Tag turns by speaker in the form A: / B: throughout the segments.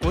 A: 国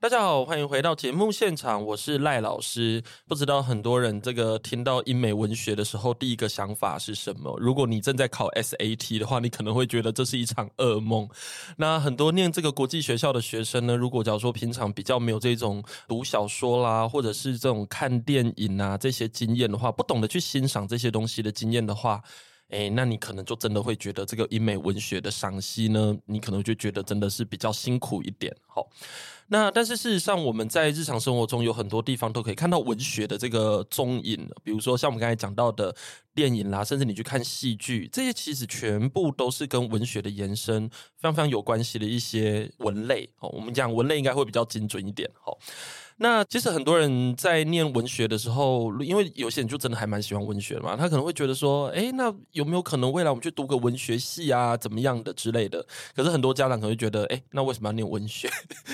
A: 大家好，欢迎回到节目现场，我是赖老师。不知道很多人这个听到英美文学的时候，第一个想法是什么？如果你正在考 SAT 的话，你可能会觉得这是一场噩梦。那很多念这个国际学校的学生呢，如果假如说平常比较没有这种读小说啦，或者是这种看电影啊这些经验的话，不懂得去欣赏这些东西的经验的话，诶，那你可能就真的会觉得这个英美文学的赏析呢，你可能就觉得真的是比较辛苦一点。好，那但是事实上，我们在日常生活中有很多地方都可以看到文学的这个踪影，比如说像我们刚才讲到的电影啦，甚至你去看戏剧，这些其实全部都是跟文学的延伸非常非常有关系的一些文类。哦，我们讲文类应该会比较精准一点。好。那其实很多人在念文学的时候，因为有些人就真的还蛮喜欢文学的嘛，他可能会觉得说，诶，那有没有可能未来我们去读个文学系啊，怎么样的之类的？可是很多家长可能会觉得，诶，那为什么要念文学？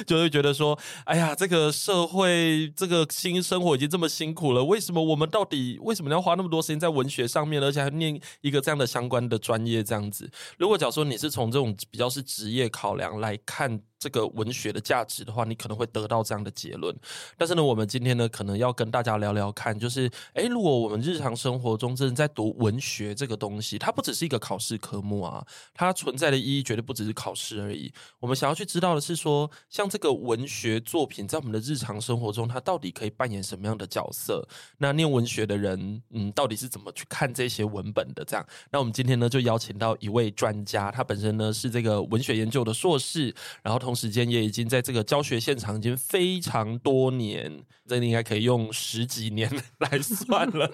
A: 就会觉得说，哎呀，这个社会这个新生活已经这么辛苦了，为什么我们到底为什么要花那么多时间在文学上面，而且还念一个这样的相关的专业这样子？如果假如说你是从这种比较是职业考量来看这个文学的价值的话，你可能会得到这样的结论。但是呢，我们今天呢，可能要跟大家聊聊看，就是诶，如果我们日常生活中真的在读文学这个东西，它不只是一个考试科目啊，它存在的意义绝对不只是考试而已。我们想要去知道的是说，像这个文学作品在我们的日常生活中，它到底可以扮演什么样的角色？那念文学的人，嗯，到底是怎么去看这些文本的？这样，那我们今天呢，就邀请到一位专家，他本身呢是这个文学研究的硕士，然后同时间也已经在这个教学现场已经非常多年，这应该可以用十几年 来算了。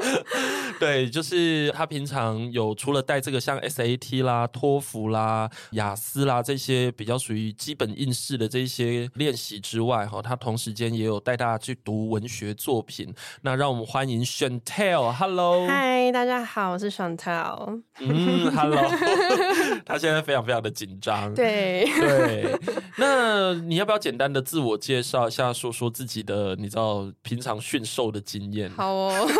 A: 对，就是他平常有除了带这个像 SAT 啦、托福啦、雅思啦这些比较属于基本应试的这一些练习之外，哈，他同时间也有带大家去读文学作品。那让我们欢迎 Chantel，Hello，
B: 嗨，大家好，我是 Chantal。
A: 嗯，Hello，他现在非常非常的紧张。
B: 对，
A: 对，那你要不要简单的自我介绍一下，说说自己的，你知道平常驯兽的经验？
B: 好哦。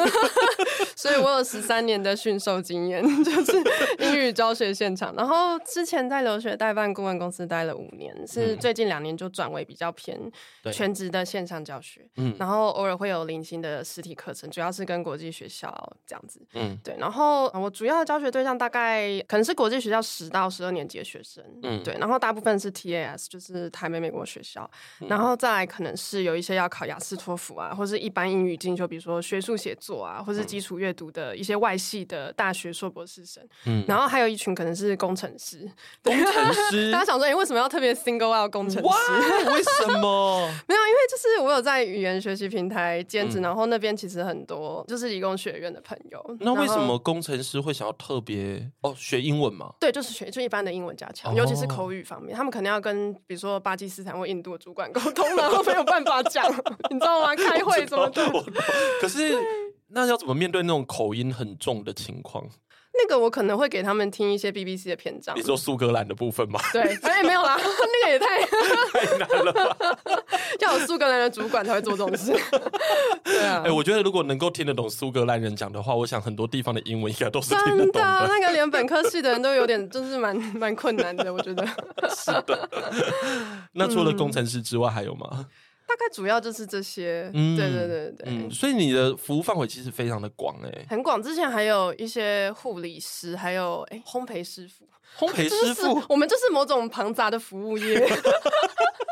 B: 所以我有十三年的驯兽经验， 就是英语教学现场。然后之前在留学代办顾问公司待了五年，是
A: 嗯
B: 最近两年就转为比较偏
A: 对
B: 全职的线上教学。
A: 嗯
B: 然后偶尔会有零星的实体课程，主要是跟国际学校这样子。
A: 嗯
B: 对，然后呃我主要的教学对象大概可能是国际学校十到十二年级的学生，
A: 嗯
B: 对，然后大部分是 TAS，就是台美美国学校，
A: 嗯
B: 然后再来可能是有一些要考雅思托福啊，或是一般英语进修，比如说学术写作啊，或是
A: 嗯
B: 基础阅读的一些外系的大学硕博士生，
A: 嗯
B: 然后还有一群可能是工程师，
A: 工程 师
B: 大家想说，哎、为什么要特别 single out 工程
A: 哇
B: 师？，
A: 为什么？
B: 没有，因为就是我有在语言学习平台兼职，
A: 嗯
B: 然后那边其实很多就是理工学院的朋友，
A: 那为
B: 然后
A: 什么工程师会想要特别哦学英文嘛？
B: 对，就是学就一般的英文加强，
A: 哦
B: 尤其是口语方面，他们可能要跟比如说巴基斯坦或印度的主管沟通， 然后没有办法讲，你知道吗？开会什么的，
A: 我懂可是那要怎么面对那种口音很重的情况？
B: 嗯那个我可能会给他们听一些 BBC 的篇章
A: 你。说苏格兰的部分吗？
B: 对，哎、没有啦，那个也太
A: 太难了吧。
B: 要有苏格兰的主管才会做这种 事。对啊
A: 哎、，我觉得如果能够听得懂苏格兰人讲的话，我想很多地方的英文应该都是听得
B: 真
A: 懂
B: 的，
A: 的。
B: 那个连本科系的人都有点，就是蛮蛮困难的，我觉得。
A: 那除了工程师
B: 嗯
A: 之外，还有吗？
B: 大概主要就是这些，
A: 嗯
B: 对对对对。
A: 嗯，所以你的服务范围其实非常的广哎、
B: 很广，之前还有一些护理师，还有哎、烘焙师傅，
A: 烘焙师
B: 就
A: 傅
B: 是，我们就是某种庞杂的服务业，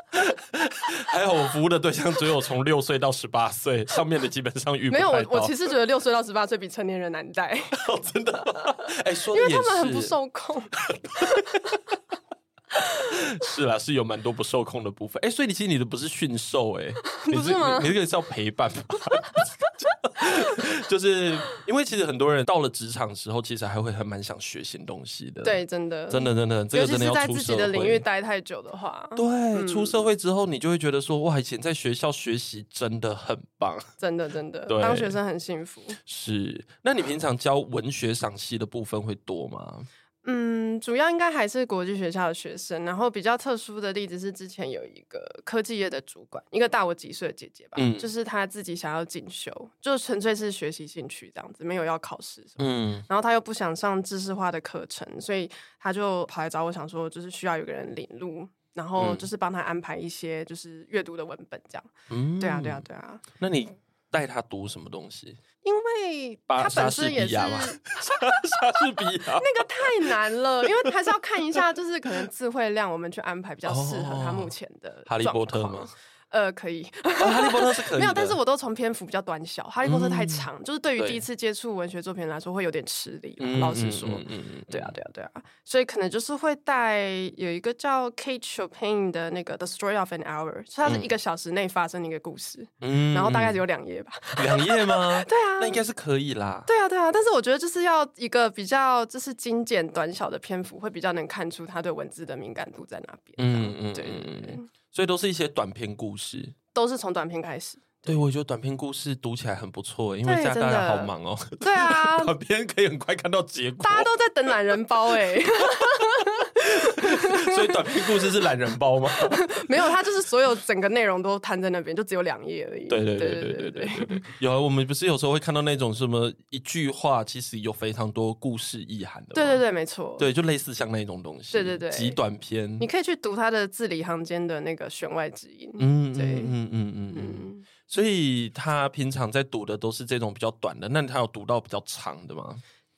A: 还好我服务的对象只有从六岁到十八岁，上面的基本上遇不
B: 没有我
A: 太到。
B: 我其实觉得六岁到十八岁比成年人难 带，
A: 哦 真的 吗，哎、说
B: 因
A: 的也
B: 为
A: 是，
B: 他们很不受控。
A: 是啦，是有蛮多不受控的部分。哎、所以你其实你的不是驯兽、哎，你
B: 不是吗
A: 你你这个是要陪伴吧？ 就是因为其实很多人到了职场之后，其实还会还蛮想学新东西的。，
B: 对，真的，
A: 真的真的，这
B: 尤
A: 个真的
B: 其是
A: 要
B: 在
A: 出
B: 自
A: 社
B: 己
A: 会。
B: 的领域嗯待太久的话，
A: 对，出社会之后，你就会觉得说，哇，以前在学校学习真的很棒。
B: 真的真的
A: 对，
B: 当学生很幸福。
A: 是，那你平常教文学赏析的部分会多吗？
B: 嗯，主要应该还是国际学校的学生，然后比较特殊的例子是之前有一个科技业的主管，一个大我几岁的姐姐吧，
A: 嗯
B: 就是她自己想要进修，就纯粹是学习兴趣这样子，没有要考试什么的
A: 嗯
B: 然后他又不想上知识化的课程，所以他就跑来找我，想说就是需要有个人领路，然后
A: 嗯
B: 就是帮他安排一些就是阅读的文本这样。
A: 嗯
B: 对啊，对啊，。对啊，
A: 那你带他读什么东西？
B: 因为
A: 巴
B: 他
A: 莎
B: 本
A: 士
B: 身
A: 比
B: 也是
A: 亚吗？莎士比亚
B: 那个太难了，因为还是要看一下，就是可能智慧量，我们去安排比较适合他目前的、
A: 哦哈利波特吗？？
B: 呃，可以，
A: 哦哈利波特是可以的，
B: 没有，但是我都从篇幅比较短小，哈利波特太
A: 嗯
B: 长，就是对于
A: 对
B: 第一次接触文学作品来说会有点吃力啦。
A: 嗯
B: 老实说，
A: 嗯嗯嗯
B: 对啊，对啊，对啊，所以可能就是会带有一个叫 Kate Chopin 的那个《The Story of an Hour》，所以它是一个小时内发生的一个故事，
A: 嗯
B: 然后大概只
A: 有
B: 有两页吧。
A: 两页吗？
B: 对啊
A: 那，应该是可以啦。
B: 对啊，对啊，但是我觉得就是要一个比较就是精简短小的篇幅，会比较能看出他对文字的敏感度在哪边。
A: 嗯嗯，
B: 对
A: 嗯
B: 对
A: 嗯
B: 对，
A: 所以都是一些短篇故事。
B: 都是从短篇开始。
A: 对，我觉得短篇故事读起来很不错，因为现在大
B: 对真
A: 家
B: 的
A: 好忙哦，
B: 对啊，
A: 短篇可以很快看到结果，
B: 大家都在等懒人包 哎、
A: 所以短篇故事是懒人包吗？
B: 没有，他就是所有整个内容都摊在那边，就只有两页而已。
A: 对对对对对对对对，有啊，我们不是有时候会看到那种什么一句话，其实有非常多故事意涵的吗，
B: 对对对，没错。
A: 对，就类似像那种东西，
B: 对对对
A: 极短篇
B: 你，可以去读他的字里行间的那个弦外之音。
A: 嗯嗯
B: 对
A: 嗯嗯嗯嗯，
B: 嗯，
A: 所以他平常在读的都是这种比较短的，那他有读到比较长的吗？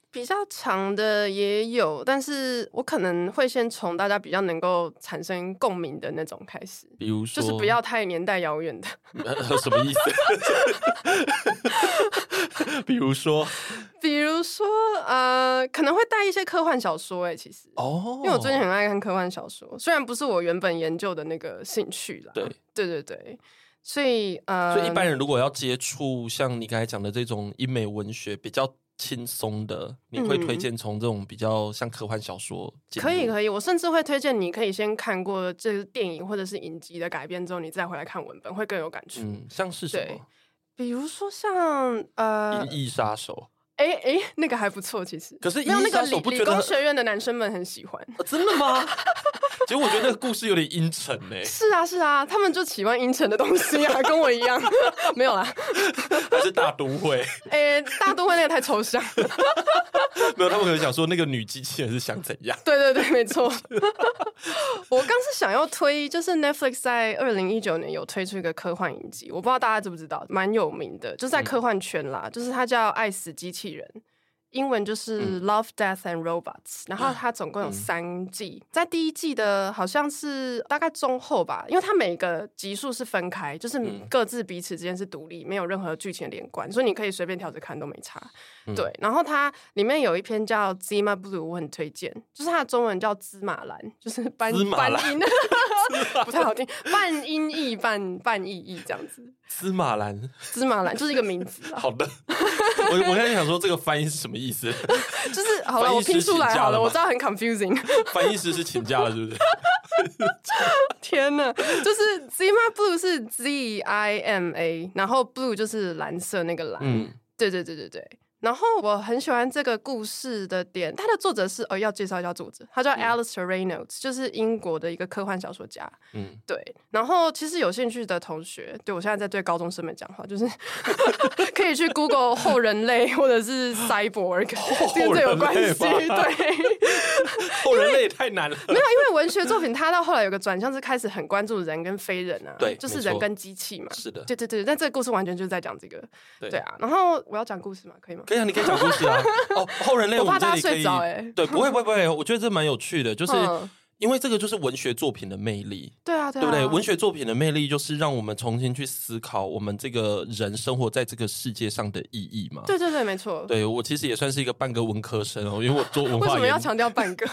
B: 比较长的也有，但是我可能会先从大家比较能够产生共鸣的那种开始。
A: 比如
B: 就
A: 说，
B: 是不要太年代遥远的，
A: 呃什么意思？ 比如说
B: 比如说呃，可能会带一些科幻小说哎、其实，
A: 哦，
B: 因为我最近很爱看科幻小说，虽然不是我原本研究的那个兴趣啦，
A: 对
B: 对对对，所以呃，
A: 所以一般人如果要接触像你刚才讲的这种英美文学比较轻松的，你会推荐从这种比较像科幻小说进入？
B: 嗯可以可以，我甚至会推荐你可以先看过这个电影或者是影集的改编之后，你再回来看文本，会更有感触。
A: 嗯，像是什
B: 对
A: 么
B: 比如说像呃
A: 《，银翼杀 手
B: 哎哎，那个还不错，其实》，
A: 可是《
B: 没有
A: 银
B: 那
A: 翼
B: 个
A: 杀手》
B: 理
A: 不
B: 理
A: 觉得
B: 工
A: 很
B: 学院的男生们很喜欢。
A: 呃真的吗？ 其实我觉得那个故事有点阴沉呢、
B: 是啊是啊，他们就喜欢阴沉的东西啊，跟我一样。 没有啦，
A: 还是大都会？
B: 哎，大都会那个太抽象。
A: 没有，他们可能想说那个女机器人是想怎样？
B: 对对对，没错。 我刚是想要推，就是 Netflix 在二零一九年有推出一个科幻影集，我不知道大家知不知道，蛮有名的，就是在科幻圈啦，就是它叫《爱死机器人》。英文就是
A: 嗯
B: Love, Death and Robots，然后它总共有
A: 嗯
B: 三季，在第一季的好像是大概中后吧，因为它每个集数是分开，就是
A: 嗯
B: 各自彼此之间是独立，没有任何剧情连贯，所以你可以随便挑着看都没差。
A: 嗯
B: 对，然后它里面有一篇叫《芝麻 blue》，我很推荐，就是它的中文叫芝麻蓝，就是半
A: 芝麻
B: 半
A: 蓝
B: 音不太好听，半音译半半意译这样子。
A: 司马兰，
B: 芝麻蓝就是一个名字啊，
A: 好的。 我我刚才想说这个翻译是什么意思？
B: 就是好了，
A: 翻译
B: 我拼
A: 师
B: 出
A: 请
B: 来
A: 假
B: 好
A: 了
B: 了，我
A: 吗
B: 知道很 confusing。
A: 翻译师是请假了，是不是？
B: 天呐，就是 Zima Blue 是 Z I M A，然后 Blue 就是蓝色那个蓝。
A: 嗯
B: 对对对对对。然后我很喜欢这个故事的点，它的作者是呃要介绍一下作者，他叫
A: 嗯
B: Alistair Reynolds，、就是英国的一个科幻小说家。
A: 嗯，
B: 对，然后其实有兴趣的同学，对我现在在对高中生们讲话，就是 可以去 Google 后人类或者是 cyborg，跟这有关系。
A: 后人类吗
B: 对，
A: 后人类也太难了。
B: 没有，因为文学作品它到后来有个转向，是开始很关注人跟非人啊，
A: 对
B: 就是
A: 没错
B: 人跟机器嘛。
A: 是的，
B: 对对对，但这个故事完全就是在讲这个，
A: 对
B: 对啊。然后我要讲故事嘛，可以吗？
A: 可以啊，你可以讲故 事啊。哦，后人类
B: 我
A: 们
B: 怕
A: 这
B: 大
A: 里
B: 家
A: 可
B: 睡
A: 以
B: 着欸
A: 对，不会不会不会，我觉得这蛮有趣的，就是
B: 嗯
A: 因为这个就是文学作品的魅力。
B: 对啊，对
A: 对
B: 啊，
A: 不对？文学作品的魅力就是让我们重新去思考我们这个人生活在这个世界上的意义嘛。
B: 对对对，没错。
A: 对我其实也算是一个半个文科生哦，因为我做文
B: 为
A: 化
B: 什么要
A: 研，
B: 强调半个？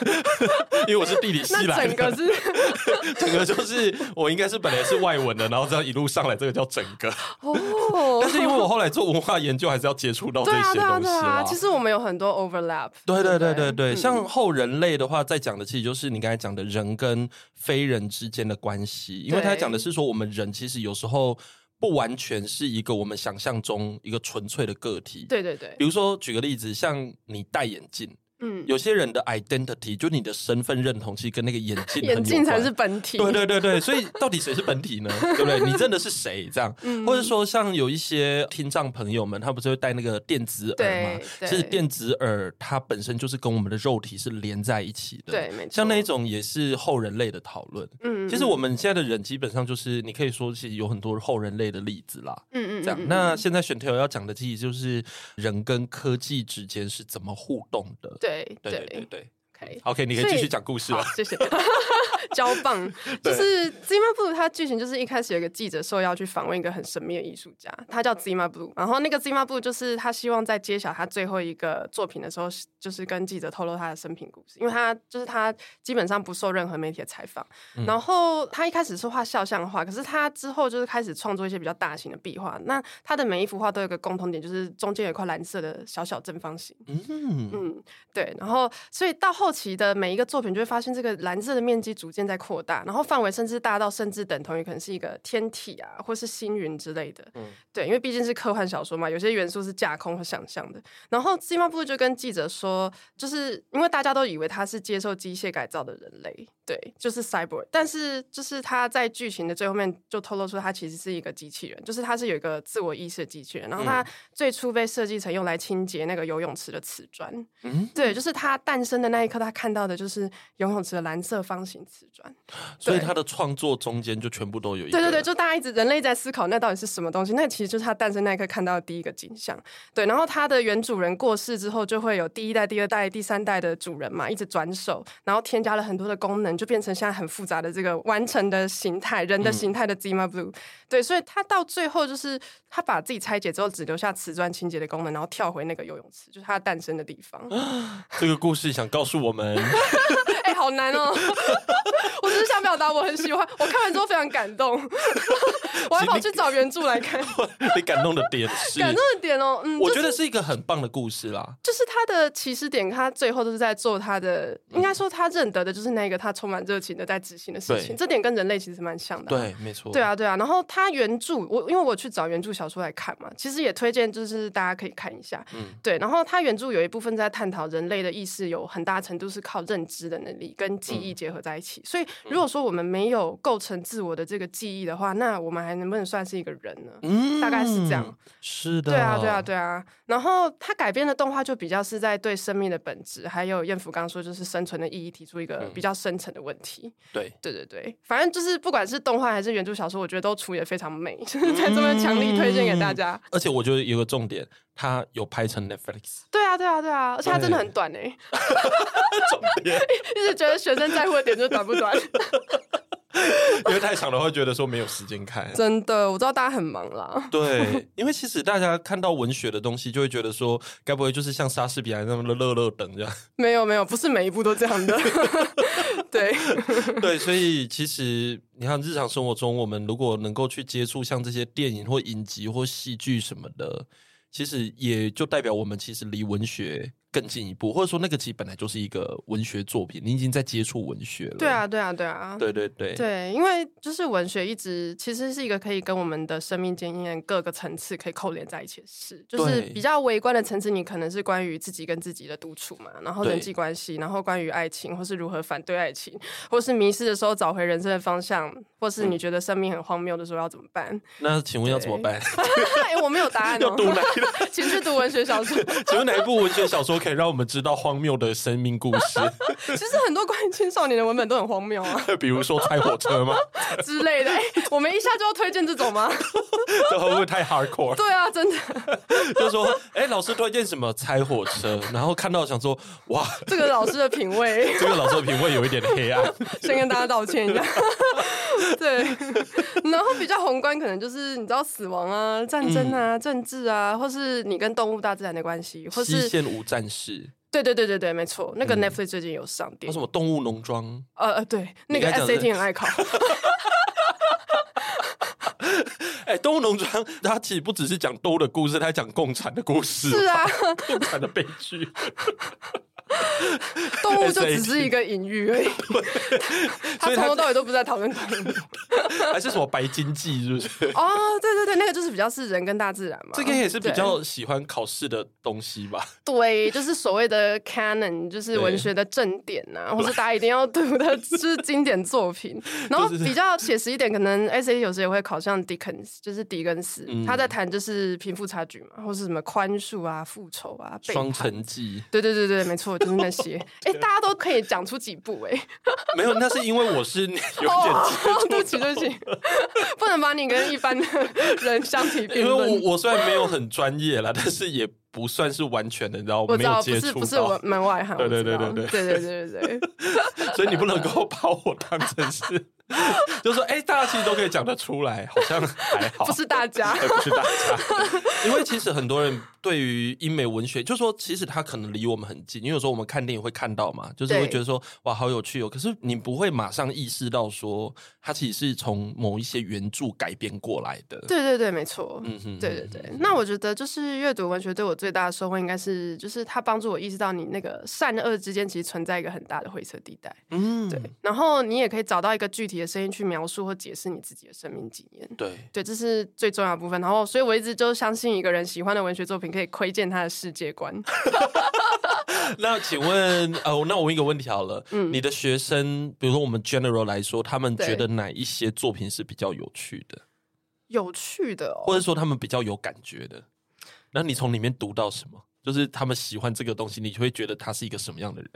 A: 因为我是地理系
B: 那
A: 来
B: 整
A: 的，
B: 个是
A: 整个就是我应该是本来是外文的，然后这样一路上来，这个叫整个。
B: 哦
A: 但，是因为我后来做文化研究，还是要接触到这
B: 对啊，
A: 些
B: 对啊，
A: 东
B: 对
A: 西
B: 啊。
A: 啦
B: 其。实我们有很多 overlap。
A: 对对对
B: 对
A: 对对，
B: 嗯
A: 像后人类的话，在讲的其实就是你刚才讲的人跟非人之间的关系，因为
B: 对
A: 他讲的是说我们人其实有时候不完全是一个我们想象中一个纯粹的个体。，
B: 对对对，
A: 比如说举个例子，像你戴眼镜，
B: 嗯，
A: 有些人的 identity 就你的身份认同，其实跟那个眼镜
B: 眼
A: 很有
B: 镜才
A: 关
B: 是本体。
A: 对对对对，所以到底谁是本体呢？对不对？你真的是谁这样？
B: 嗯
A: 或者说，像有一些听障朋友们，他不是会戴那个电子耳嘛
B: 对？对
A: 其实电子耳它本身就是跟我们的肉体是连在一起的。
B: 对没错
A: 像那一种也是后人类的讨论。
B: 嗯，嗯
A: 其实我们现在的人基本上就是，你可以说是有很多后人类的例子啦。
B: 嗯嗯
A: 这样，
B: 嗯嗯
A: 那现在选 t 要讲的其实就是人跟科技之间是怎么互动的。
B: 对
A: 对对对
B: 对
A: 对
B: ，OK。
A: ，OK，你可以继
B: 所
A: 续
B: 以
A: 讲故事
B: 好
A: 了。，
B: 谢 谢。交棒
A: 对
B: 就是 Zima Blue，它剧情就是一开始有个记者受邀去访问一个很神秘的艺术家，他叫 Zima Blue。然后那个 Zima Blue 就是他希望在揭晓他最后一个作品的时候，就是跟记者透露他的生平故事，因为他就是他基本上不受任何媒体的采访。
A: 嗯
B: 然后他一开始是画肖像画，可是他之后就是开始创作一些比较大型的壁画。那他的每一幅画都有一个共同点，就是中间有一块蓝色的小小正方形。
A: 嗯
B: 嗯，对，然后所以到后期的每一个作品，就会发现这个蓝色的面积逐渐在扩大，然后范围甚至大到甚至等同于可能是一个天体啊，或是星云之类的。
A: 嗯
B: 对，因为毕竟是科幻小说嘛，有些元素是架空和想象的。然后西马布就跟记者说，就是因为大家都以为他是接受机械改造的人类，对，就是 cyborg，但是就是他在剧情的最后面就透露出他其实是一个机器人，就是他是有一个自我意识的机器人，然后他最初被设计成用来清洁那个游泳池的瓷砖。
A: 嗯，
B: 对，就是他诞生的那一刻，他看到的就是游泳池的蓝色方形瓷砖。
A: 所以
B: 对
A: 他的创作中间就全部都有一个
B: 对对对，
A: 人
B: 就大家一直人类在思考那到底是什么东西，那其实就是他诞生那一刻看到的第一个景象。对，然后他的原主人过世之后，就会有第一代、第二代、第三代的主人嘛，一直转手，然后添加了很多的功能，就变成现在很复杂的这个完成的形态，人的形态的 Zima Blue。对，所以他到最后就是他把自己拆解之后，只留下瓷砖清洁的功能，然后跳回那个游泳池，就是他诞生的地方。
A: 这个故事想告诉我们，
B: 哎、好难哦！ 我只是想表达我很喜欢，我看完之后非常感动， 我还跑去找原著来看，
A: 你感动的点是，
B: 感动的点哦，嗯，
A: 我
B: 就
A: 觉得是一个很棒的故事啦。
B: 就是他的起始点，他最后都是在做他的，
A: 嗯
B: 应该说他认得的就是那个他充满热情的在执行的事
A: 对
B: 情，这点跟人类其实蛮像的啊、
A: 对，没错，
B: 对，啊，对啊，然后他原著我因为我去找原著小说来看嘛，其实也推荐就是大家可以看一下，
A: 嗯
B: 对。然后他原著有一部分在探讨人类的意识有很大程度是靠认知的能力跟记忆结合在一
A: 嗯
B: 起，所以如果说我们没有构成自我的这个记忆的话，那我们还能不能算是一个人呢？
A: 嗯
B: 大概是这样。
A: 是的，
B: 对啊，对啊，，对啊。然后他改编的动画就比较是在对生命的本质，还有燕福刚说就是生存的意义提出一个比较深层的问题。
A: 对。
B: 对对对，反正就是不管是动画还是原著小说，我觉得都处理的非常美， 就是在这边强力推荐给大家。
A: 而且我觉得有个重点，它有拍成 Netflix，
B: 对啊，对啊，对啊，而且它真的很短哎、
A: 重点，
B: 一直觉得学生在乎的点就是短不短。
A: 因为太长的会觉得说没有时间看。
B: 真的，我知道大家很忙啦。
A: 对，因为其实大家看到文学的东西，就会觉得说，该不会就是像莎士比亚那么乐乐等这样？
B: 没有没有，不是每一部都这样的。 对，
A: 对，所以其实你看，日常生活中，我们如果能够去接触像这些电影或影集或戏剧什么的，其实也就代表我们其实离文学更进一步，或者说那个其实本来就是一个文学作品，你已经在接触文学了。
B: 对啊，，对啊，对啊。
A: 对对对，
B: 对，因为就是文学一直其实是一个可以跟我们的生命经验各个层次可以扣连在一起的事，就是
A: 对
B: 比较微观的层次，你可能是关于自己跟自己的独处嘛，然后人
A: 对
B: 际关系，然后关于爱情，或是如何反对爱情，或是迷失的时候找回人生的方向，或是
A: 嗯
B: 你觉得生命很荒谬的时候要怎么办？
A: 那请问要怎么办？
B: 哎，我没有答案
A: 要
B: 哦
A: 读，哪一个？
B: 请去读文学小说。
A: 请问哪一部文学小说可以让我们知道荒谬的生命故事？
B: 其实很多关于青少年的文本都很荒谬啊
A: 比如说拆火车吗？
B: 之类的。哎，我们一下就要推荐这种吗？
A: 这会不会太 hardcore？
B: 对啊，真的，
A: 就说，哎、老师推荐什么拆火车？然后看到想说，哇，
B: 这个老师的品味。
A: 这个老师的品味有一点黑 暗。
B: 先跟大家道歉一下。 对，然后比较宏观，可能就是你知道死亡啊、战争
A: 嗯
B: 啊、政治啊，或是你跟动物大自然的关系，或
A: 西
B: 是
A: 线无战事，
B: 对对对对对，没错，
A: 嗯
B: 那个 Netflix 最近有上
A: 有
B: 电
A: 什，么动物农庄？
B: 呃呃，对，那个
A: 你刚才讲的
B: SAT 很爱考，
A: 哎、动物农庄它其实不只是讲
B: 啊
A: 动物的故事，它还讲共产的故事，
B: 是啊，
A: 共产的悲剧。
B: 动物就只是一个隐喻而已，他
A: 所以
B: 从头
A: 它
B: 到尾都不是在讨论动物。
A: 还是什么白金记，是不是？
B: 哦，对对对，那个就是比较是人跟大自然嘛。
A: 这个也是比较喜欢考试的东西吧？
B: 对，就是所谓的 canon，就是文学的正典呐、啊，或者大家一定要 读的，就是经典作品。然后比较写实一点，可能 S A 有时也会考像 Dickens，就是狄更斯，
A: 嗯
B: 他在谈就是贫富差距嘛，或是什么宽恕啊、复仇啊、背
A: 双
B: 叛。
A: 城记
B: 对对对对，没 错，就是那些。哎、大家都可以讲出几部哎、
A: 没有，那是因为我是 有点
B: 哦
A: 激，
B: 对不起对不起， 不能把你跟一般的人相提并
A: 因为
B: 论。
A: 我我虽然没有很专业啦，但是也不算是完全的，你知道，
B: 我
A: 没
B: 知
A: 有
B: 道
A: 接
B: 不是
A: 触
B: 不是
A: 到
B: 我，门外汉，
A: 对对
B: 我知
A: 对
B: 道
A: 对
B: 对对对对对。
A: 所以你不能够把我当成是， 就说哎、大家其实都可以讲得出来，好像还 好，
B: 不是大家
A: 对不是大家， 因为其实很多人对于英美文学，就说其实它可能离我们很近，因为有时候我们看电影会看到嘛，就是会
B: 对
A: 觉得说哇好有趣哦，可是你不会马上意识到说它其实是从某一些原著改编过来的，
B: 对对对，没错。
A: 嗯哼，
B: 对对对，那我觉得就是阅读文学对我最大的收获，应该是就是它帮助我意识到你那个善恶之间其实存在一个很大的灰色地带。
A: 嗯
B: 对，然后你也可以找到一个具体的声音去描述或解释你自己的生命经验。
A: 对。
B: 对，这是最重要的部分。然后，所以我一直就相信一个人喜欢的文学作品可以窥见他的世界观。
A: 那请问，呃，那我问一个问题好了，你的学生，比如说我们 general 来说，他们
B: 嗯对
A: 觉得哪一些作品是比较有趣的，
B: 有趣的
A: 或
B: 哦，
A: 者说他们比较有感觉的？那你从里面读到什么？就是他们喜欢这个东西，你就会觉得他是一个什么样的人？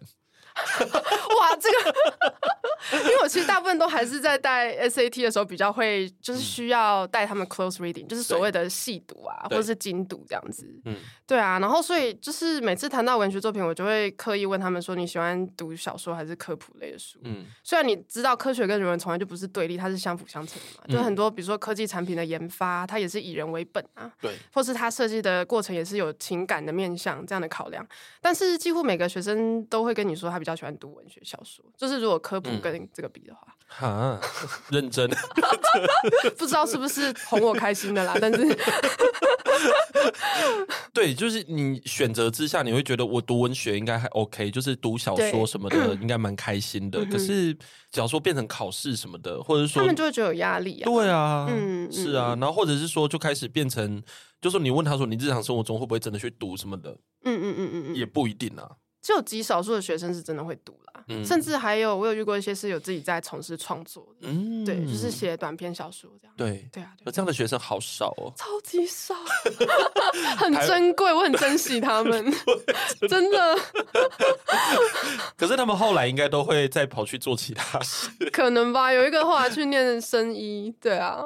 B: 哇，这个，因为我其实大部分都还是在带 SAT 的时候比较会，就是
A: 嗯
B: 需要带他们 close reading，就是所谓的细读啊，
A: 对
B: 或是精读这样子。
A: 嗯
B: 对啊，然后所以就是每次谈到文学作品，我就会刻意问他们说，你喜欢读小说还是科普类的书？
A: 嗯，
B: 虽然你知道科学跟人文从来就不是对立，它是相辅相成的嘛，就
A: 嗯
B: 很多比如说科技产品的研发，它也是以人为本啊，
A: 对，
B: 或是它设计的过程也是有情感的面向这样的考量。但是几乎每个学生都会跟你说，他比较喜欢读文学小说，就是如果科普
A: 嗯
B: 跟这个比的话，
A: 哈， 认真，
B: 不知道是不是哄我开心的啦，但是
A: 对，就是你选择之下，你会觉得我读文学应该还 OK，就是读小说
B: 对嗯
A: 什么的应该蛮开心的。可是，小说变成考试什么的，或者说
B: 他们就会觉得有压力啊。
A: 对啊，
B: 嗯
A: 是啊，然后或者是说就开始变成，就说你问他说你日常生活中会不会真的去读什么的，
B: 嗯嗯嗯嗯嗯，
A: 也不一定啊。
B: 只有极少数的学生是真的会读啦，
A: 嗯
B: 甚至还有我有遇过一些是有自己在从事创作的，
A: 嗯，
B: 对，就是写短篇小说这样。
A: 对，
B: 对啊，对啊
A: 有这样的学生好少哦。
B: 超级少，很珍贵，我很珍惜 他们，真的
A: 可是他们后来应该都会再跑去做其他 事
B: 可能吧。有一个后来去念生医，对啊，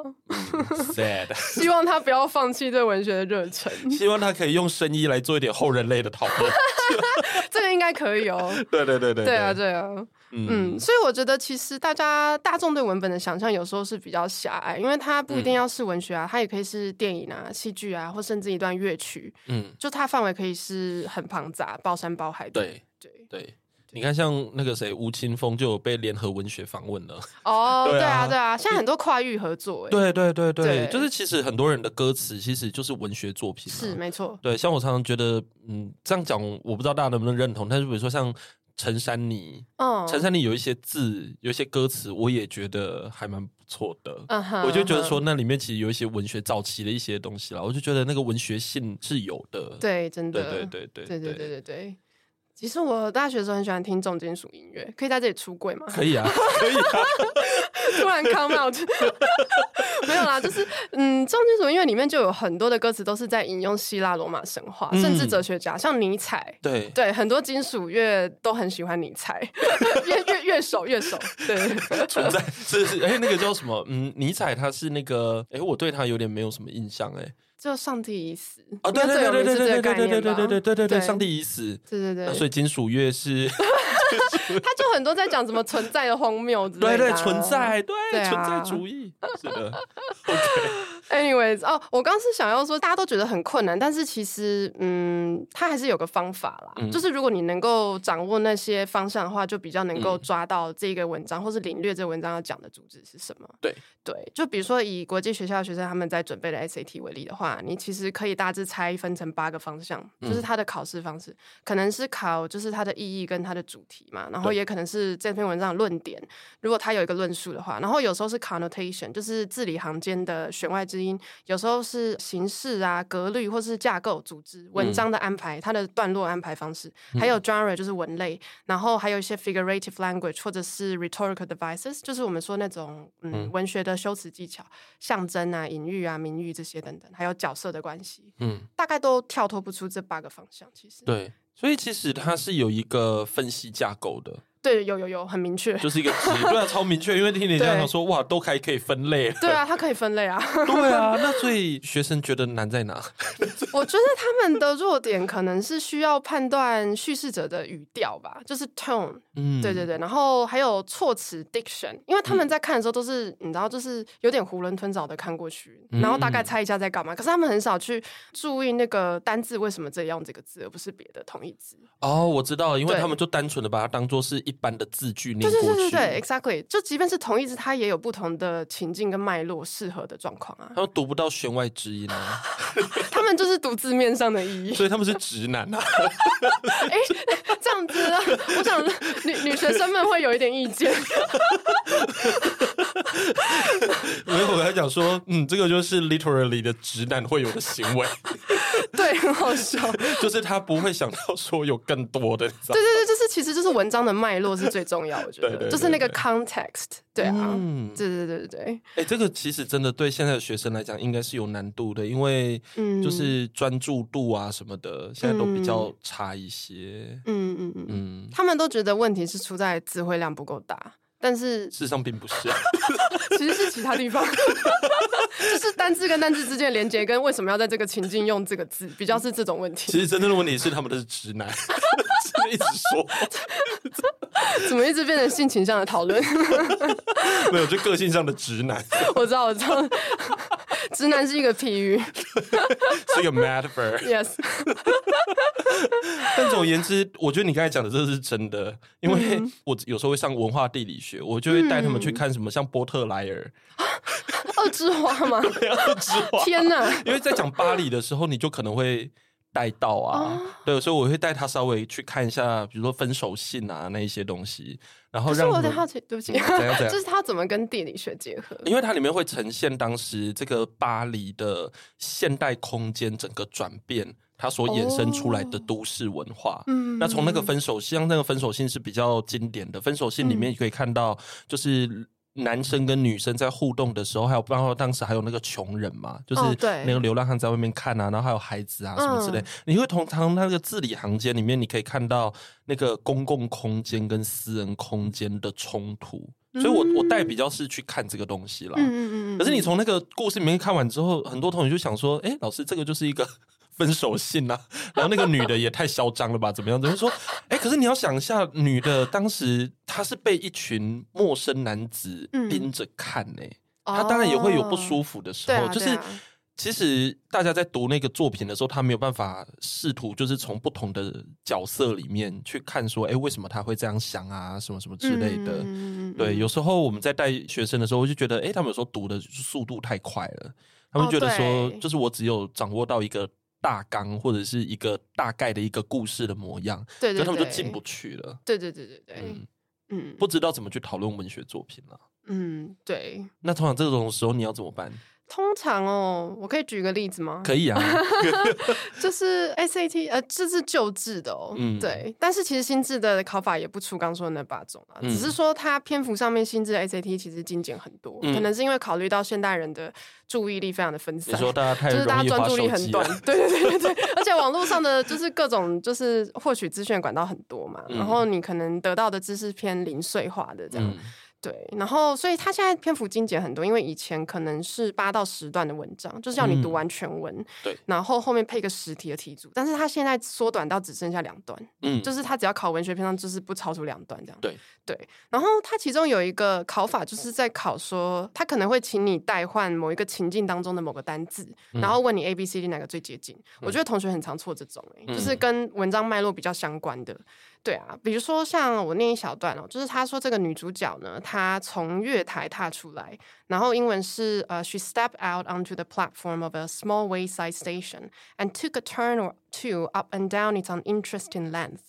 A: ，sad。
B: 希望他不要放弃对文学的热忱，
A: 希望他可以用声音来做一点后人类的讨论。
B: 这个应该可以哦。
A: 对对对对，
B: 对啊，，对啊，
A: 嗯
B: 嗯，所以我觉得其实大家大众对文本的想象有时候是比较狭隘，因为它不一
A: 嗯
B: 定要是文学啊，它也可以是电影啊、戏剧啊，或甚至一段乐曲，
A: 嗯，
B: 就它范围可以是很庞杂，包山包海的。
A: 对
B: 对，
A: 对。你看，像那个谁，吴青峰就有被联合文学访问了。
B: 哦，
A: 对
B: 对
A: 啊
B: 啊，对啊，现在很多跨域合作，哎，
A: 对啊对对对，
B: 对
A: 就是其实很多人的歌词其实就是文学作品、啊，
B: 是没错，
A: 对，像我常常觉得，嗯，这样讲我不知道大家能不能认同，但是比如说像陈珊妮，
B: 嗯，
A: 啊陈珊妮有一些字，有一些歌词，我也觉得还蛮不错的。
B: 嗯哼，
A: 我就觉得说，
B: 嗯
A: 那里面其实有一些文学早期的一些东西啦，我就觉得那个文学性是有的。
B: 哼，对，真
A: 对
B: 的，
A: 对对对
B: 对对对对对其实我大学的时候很喜欢听重金属音乐，可以在这里出柜吗？
A: 可以啊，可以啊，
B: 突然 come out，没有啦，就是嗯，重金属音乐里面就有很多的歌词都是在引用希腊罗马神话，
A: 嗯
B: 甚至哲学家，像尼采。
A: 对。
B: 对，很多金属乐都很喜欢尼采， 乐乐乐手乐手，对，
A: 存在是是，哎、那个叫什么？嗯，尼采他是那个，哎、我对他有点没有什么印象、哎，
B: 就上帝已死
A: 啊，对
B: 应
A: 对
B: 该嗯最有
A: 对
B: 名
A: 对
B: 是这
A: 对对对
B: 个概
A: 对对
B: 念
A: 对
B: 吧
A: 对对对对，
B: 对
A: 上帝已死，
B: 对对
A: 那
B: 对，
A: 啊所以金属乐是
B: 他就很多在讲什么存在的荒谬之类
A: 对
B: 啊的、
A: 对，存。在，对
B: 对啊
A: 存在主义，是的。
B: Anyways，哦，我刚是想要说，大家都觉得很困难，但是其实，嗯，它还是有个方法啦。
A: 嗯
B: 就是如果你能够掌握那些方向的话，就比较能
A: 嗯
B: 够抓到这个文章，或是领略这文章要讲的主旨是什么。
A: 对
B: 对，就比如说以国际学校的学生他们在准备的 SAT 为例的话，你其实可以大致拆分成八个方向，
A: 嗯
B: 就是它的考试方式，可能是考就是它的意义跟它的主题嘛，然后
A: 对
B: 也可能是这篇文章的论点，如果它有一个论述的话，然后有时候是 connotation，就是字里行间的弦外之音，有时候是形式啊、格律或是架构、组织、
A: 嗯
B: 文章的安排，它的段落安排方式，还有 genre 就是文类，然后还有一些 figurative language 或者是 rhetorical devices，就是我们说那种嗯
A: 嗯
B: 文学的修辞技巧，象征啊、隐喻啊、名誉这些等等，还有角色的关系，
A: 嗯，
B: 大概都跳脱不出这八个方向。其实
A: 对，所以其实它是有一个分析架构的，
B: 对，有有有，很明确。
A: 就是一个值，对啊，超明确。因为听你这样讲说，哇，都还可以分类了，
B: 对啊，它可以分类 啊。
A: 对啊。那所以学生觉得难在哪？
B: 我觉得他们的弱点可能是需要判断叙事者的语调吧，就是 tone，
A: 嗯，
B: 对对对，然后还有措辞 diction，因为他们在看的时候都是、你知道，就是有点囫囵吞枣的看过去，然后大
A: 嗯
B: 概猜一下在干嘛，可是他们很少去注意那个单字为什么这样这个字，而不是别的同义字。
A: 哦，我知道了，因为
B: 对
A: 他们就单纯的把它当做是一般的字句念
B: 对
A: 过
B: 对
A: 去。
B: 对对对，exactly，就即便是同义字，它也有不同的情境跟脉络适合的状况啊
A: 他。们读不到弦外之音啊，
B: 他们就是读字面上的意义。
A: 所以他们是直男啊。
B: 哎， 这样子啊，我想女女学生们会有一点意见。
A: 没有，我还讲说，嗯，这个就是 literally 的直男会有的行为，
B: 对，很好笑。对
A: 就是他不会想到说有更多的，你知道吗
B: 对对，就是其实就是文章的脉络是最重要，我觉得
A: 对对对
B: 就是那个
A: 对
B: context。对啊，
A: 嗯，
B: 对对对对对，
A: 哎、这个其实真的对现在的学生来讲应该是有难度的，因为
B: 嗯，
A: 就是专注度啊什么的，现在都比较差一些。
B: 嗯嗯嗯嗯，
A: 嗯，
B: 他们都觉得问题是出在词汇量不够大，但是
A: 事实上并不是、啊
B: 其实是其他地方， 就是单字跟单字之间的连接，跟为什么要在这个情境用这个字，比较是这种问
A: 其
B: 题。
A: 实真正的问题是他们都是直男， 是一直说
B: 怎么一直变成性倾向的讨论？
A: 没有，就个性上的直男
B: 我知道，我知道， 直男是一个譬喻。
A: 是一个 metaphor。
B: Yes，
A: 但总而言之，我觉得你刚才讲的这是真的，因为
B: 嗯
A: 我有时候会上文化地理学，我就会带他们去看什么像波特莱尔、
B: 二之哦花嘛，
A: 之华，
B: 天哪！
A: 因为在讲巴黎的时候，你就可能会带到啊，
B: 哦
A: 对，所以我会带他稍微去看一下，比如说分手信啊那一些东西，然后
B: 可是
A: 哦让
B: 我有
A: 他
B: 点
A: 们，
B: 好奇， 对不起，
A: 嗯怎样怎样
B: 就是他怎么跟地理学结合？
A: 因为它里面会呈现当时这个巴黎的现代空间整个转变，它所衍生出来的都市文化。
B: 哦嗯
A: 那从那个分手信，像那个分手信是比较经典的，分手信里面你可以看到，就是男生跟女生在互动的时候，还有包括当时还有那个穷人嘛，就是
B: 哦对嗯
A: 那个流浪汉在外面看啊，然后还有孩子啊什么之类，你会通常那个字里行间里面，你可以看到那个公共空间跟私人空间的冲突。所以我，我带比较是去看这个东西啦。
B: 嗯嗯嗯嗯
A: 可是你从那个故事里面看完之后，很多同学就想说：“哎、老师，这个就是一个 分手信啊。”然后那个女的也太嚣张了吧？怎么样？怎么说？哎、可是你要想一下，女的当时她是被一群陌生男子
B: 嗯
A: 盯着看呢、她当然也会有不舒服的时
B: 对
A: 候，
B: 啊
A: 就
B: 对
A: 是
B: 啊。
A: 其实大家在读那个作品的时候，她没有办法试图就是从不同的角色里面去看说，哎、为什么她会这样想啊，什么什么之类的。
B: 嗯嗯嗯嗯嗯
A: 对，有时候我们在带学生的时候，我就觉得，诶，他们有时候读的速度太快了，他们
B: 哦
A: 觉得说，
B: 对
A: 就是我只有掌握到一个大纲或者是一个大概的一个故事的模样，
B: 对
A: 可
B: 对，
A: 是他们就
B: 对
A: 进不。去了，
B: 对对对对对
A: 嗯，，
B: 嗯，
A: 不知道怎么去讨论文学作品了。
B: 嗯，对。
A: 那通常这种时候你要怎么办？
B: 通常哦，我可以举个例子吗？
A: 可以啊，
B: 就是 SAT，呃，这是旧制的哦，
A: 嗯
B: 对。但是其实新制的考法也不出刚说的那八种啊，
A: 嗯
B: 只是说它篇幅上面新制的 SAT 其实精简很多，
A: 嗯
B: 可能是因为考虑到现代人的注意力非常的分
A: 你
B: 散。
A: 说大家太
B: 就是大
A: 容易
B: 家
A: 划
B: 专注
A: 手
B: 力很
A: 机了
B: 短，， 对对对对对，而且网络上的就是各种就是获取资讯的管道很多嘛，
A: 嗯
B: 然后你可能得到的知识偏零碎化的这样，
A: 嗯，
B: 对，然后所以它现在篇幅精简很多，因为以前可能是八到十段的文章，就是要你读完全文，
A: 嗯对
B: 然后后面配个十题的题组，但是它现在缩短到只剩下两段，
A: 嗯，
B: 就是它只要考文学篇章，就是不超出两段这样。
A: 对
B: 对，然后它其中有一个考法，就是在考说，它可能会请你代换某一个情境当中的某个单字，然
A: 嗯
B: 后问你 A、B、C、D 哪个最接近。我觉得同学很常错这种、欸，就是
A: 嗯
B: 跟文章脉络比较相关的。对啊，比如说像我念一小段哦，就是他说这个女主角呢，她从月台踏出来，然后英文是呃、s h e stepped out onto the platform of a small wayside station and took a turn or two up and down its uninteresting length。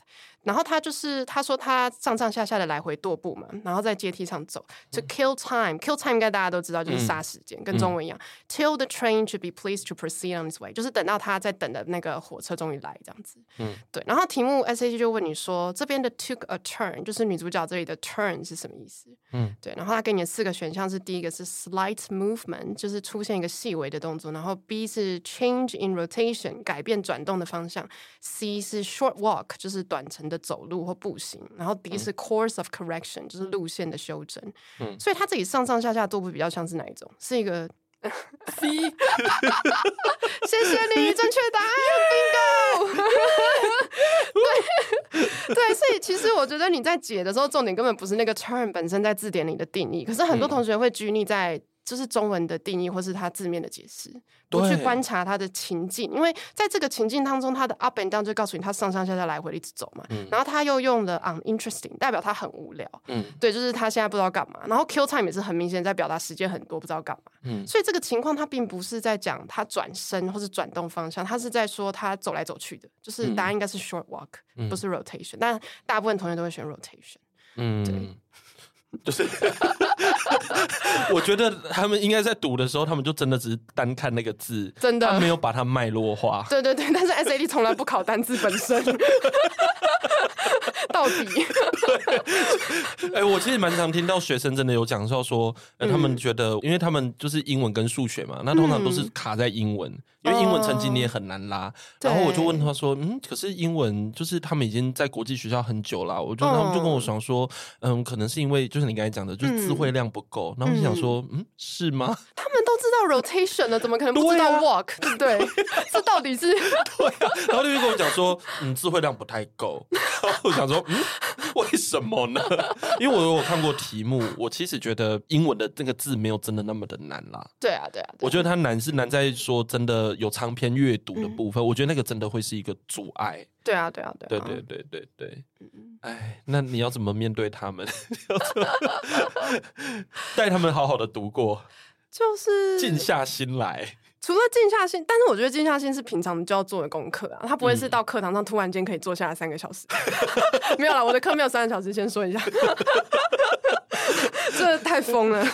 B: 然后她就是她说她上上下下的来回踱步嘛，然后在阶梯上走，to kill time，kill time 应该大家都知道就是杀时间，跟中文一样、t i l l the train should be pleased to proceed on its way，就是等到她在等的那个火车终于来这样子。对，然后题目 S H 就问你说，这边的 took a turn 就是女主角这里的 turn 是什么意思？
A: 嗯
B: 嗯，对，然后他给你的四个选项是第一个是 slight movement，就是出现一个细微的动作，然后 B 是 change in rotation 改变转动的方向，C 是 short walk 就是短程的走路或步行，然后 D 是 course of correction 就是路线的修正。嗯，所以他这里上上下下踱步比较像是哪一种？是一个 C。谢谢你，正确答案，bingo。对， 所以其实我觉得你在解的时候，重点根本不是那个 term 本身在字典里的定义，可是很多同学会拘泥在。就是中文的定义，或是它字面的解释，不去
A: 对
B: 观察它的情境，因为在这个情境当中，它的 up and down 就告诉你它上上下下来回一直走嘛，然后他又用了 uninteresting，代表他很无聊，
A: 嗯
B: 对，就是他现在不知道干嘛。然后 kill time 也是很明显在表达时间很多，不知道干嘛。
A: 嗯
B: 所以这个情况他并不是在讲他转身或是转动方向，他是在说他走来走去的。就是
A: 嗯
B: 答案应该是 short walk，、不是 rotation。但大部分同学都会选 rotation。
A: 嗯， 就是 我觉得他们应该在读的时候，他们就真的只是单看那个字，
B: 真的
A: 他没有把它脉络 化。
B: 对对对，但是 SAT 从来不考单字本身。 到底
A: 哎、我其实蛮常听到学生真的有讲到说，呃、
B: 嗯
A: 他们觉得，因为他们就是英文跟数学嘛，那通常都
B: 嗯
A: 是卡在英文，因为英文成绩你也很难
B: 哦
A: 拉。然后我就问他说，嗯，可是英文就是他们已经在国际学校很久啦，啊我就他们就跟我想说，嗯，可能是因为就是你刚才讲的，
B: 嗯
A: 就是词汇量不够。然后我就想说，嗯，是吗？
B: 他们都知道 rotation 了，怎么可能不知道
A: 对啊
B: walk？对不对？ 这到底 是
A: 对啊，然后那边跟我讲说，嗯，智慧量不太够。然后我想说，嗯，为什么呢？因为我有看过题目，我其实觉得英文的这个字没有真的那么的难啦。
B: 对啊对啊。对啊
A: 我觉得它难是难在说真的有长篇阅读的部分，我觉得那个真的会是一个阻碍。
B: 对啊对啊对
A: 对
B: 啊。
A: 对对对对，哎，那你要怎么面对他们？ 你要怎么带他们好好的读过，
B: 就是
A: 静下心来。
B: 除了静下心，但是我觉得静下心是平常就要做的功课啊，他不
A: 嗯
B: 会是到课堂上突然间可以坐下来三个小时。 没有啦，我的课没有三个小时，先说一下， 这太疯了。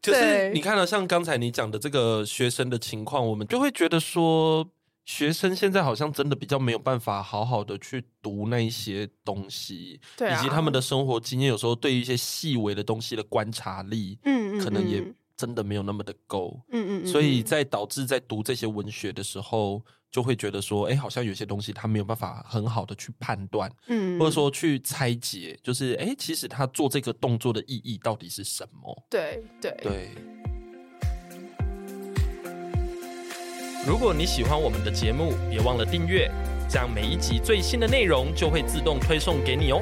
A: 就是
B: 对
A: 你看到、像刚才你讲的这个学生的情况，我们就会觉得说，学生现在好像真的比较没有办法好好的去读那一些东西，
B: 对啊，
A: 以及他们的生活经验，有时候对于一些细微的东西的观察力，
B: 嗯嗯
A: 可能也
B: 嗯
A: 真的没有那么的够，
B: 嗯嗯，
A: 所以
B: 嗯
A: 在导致在读这些文学的时候，就会觉得说，哎、好像有些东西他没有办法很好的去判断，
B: 嗯
A: 或者说去拆解，就是哎、诶其实他做这个动作的意义到底是什么？
B: 对对
A: 对。如果你喜欢我们的节目，别忘了订阅，这样每一集最新的内容就会自动推送给你哦。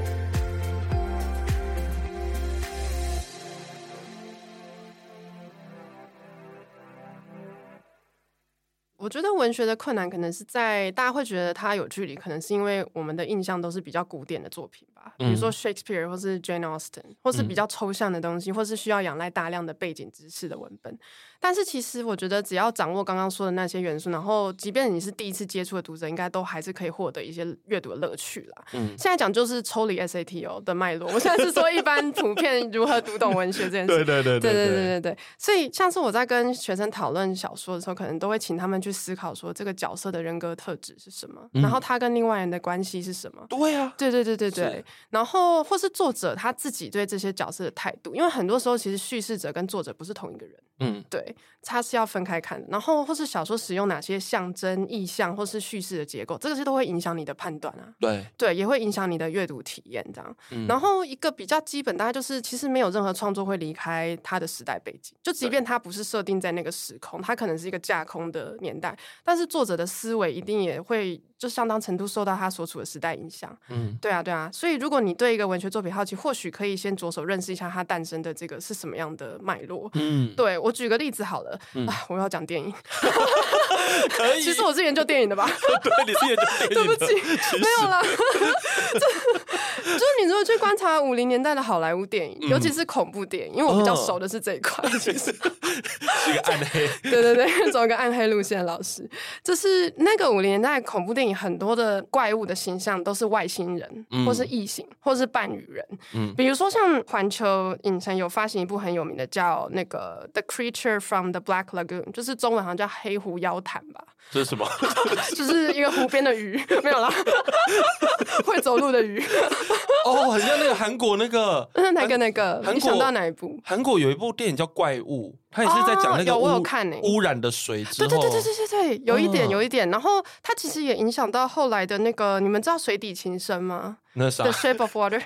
B: 我觉得文学的困难可能是在大家会觉得它有距离，可能是因为我们的印象都是比较古典的作品吧，比如说 Shakespeare 或是 Jane Austen，或是比较抽象的东西，或是需要仰赖大量的背景知识的文本。但是其实我觉得，只要掌握刚刚说的那些元素，然后即便你是第一次接触的读者，应该都还是可以获得一些阅读的乐趣啦。
A: 嗯
B: 现在讲就是抽离 SAT 哦的脉络，我现在是说一般普遍如何读懂文学这件事情。
A: 对对
B: 对对对对对，所以像是我在跟学生讨论小说的时候，可能都会请他们去思考说这个角色的人格特质是什么，
A: 嗯
B: 然后他跟另外人的关系是什么。
A: 对啊！
B: 对对对对
A: 是
B: 对，然后或是作者他自己对这些角色的态度，因为很多时候其实叙事者跟作者不是同一个人，
A: 嗯，
B: 对，它是要分开看的。然后或是小说使用哪些象征、意象或是叙事的结构，这些都会影响你的判断啊。
A: 对，
B: 对，也会影响你的阅读体验这样。
A: 嗯
B: 然后一个比较基本，大概就是其实没有任何创作会离开它的时代背景，就即
A: 对
B: 便它不是设定在那个时空，它可能是一个架空的年代，但是作者的思维一定也会就相当程度受到他所处的时代影响。
A: 嗯
B: 对啊，对啊，所以如果你对一个文学作品好奇，或许可以先着手认识一下它诞生的这个是什么样的脉络。
A: 嗯，
B: 对我举个例子好了，
A: 嗯
B: 啊，我要讲 电影，
A: 可以。
B: 其实我是研究电影的 吧。
A: 对你是研究 电
B: 对
A: 影
B: 不
A: 的，
B: 起，没 有啦。 就就是你如果去观察五零年代的好莱坞电
A: 嗯
B: 影，尤其是恐怖电影，因为我比较
A: 哦
B: 熟的是这一 块。其实，
A: 是个暗 黑。
B: 对对对，走一个暗黑路线的老师，就是那个五零年代恐怖电影很多的怪物的形象都是外星人，
A: 嗯
B: 或是异形，或是半鱼人。
A: 嗯
B: 比如说像环球影城有发行一部很有名的叫那个《The Creature from the Black Lagoon》，就是中文好像叫黑狐妖潭 吧。
A: 这是什么？
B: 就是一个湖边的鱼， 没有啦，会走路的鱼。
A: 哦，很像那个韩国那个
B: 那个那个，
A: 韩
B: 你
A: 国
B: 想到哪一部？
A: 韩国有一部电影叫《怪物》，它也是在讲那个
B: 哦有
A: 污、
B: 我有看欸
A: 污染的水之
B: 对
A: 后，
B: 对对对对对对，有一点
A: 嗯
B: 有一点。然后它其实也影响到后来的那个，你们知道《水底情深》 吗？
A: 那啥
B: The，Shape of Water，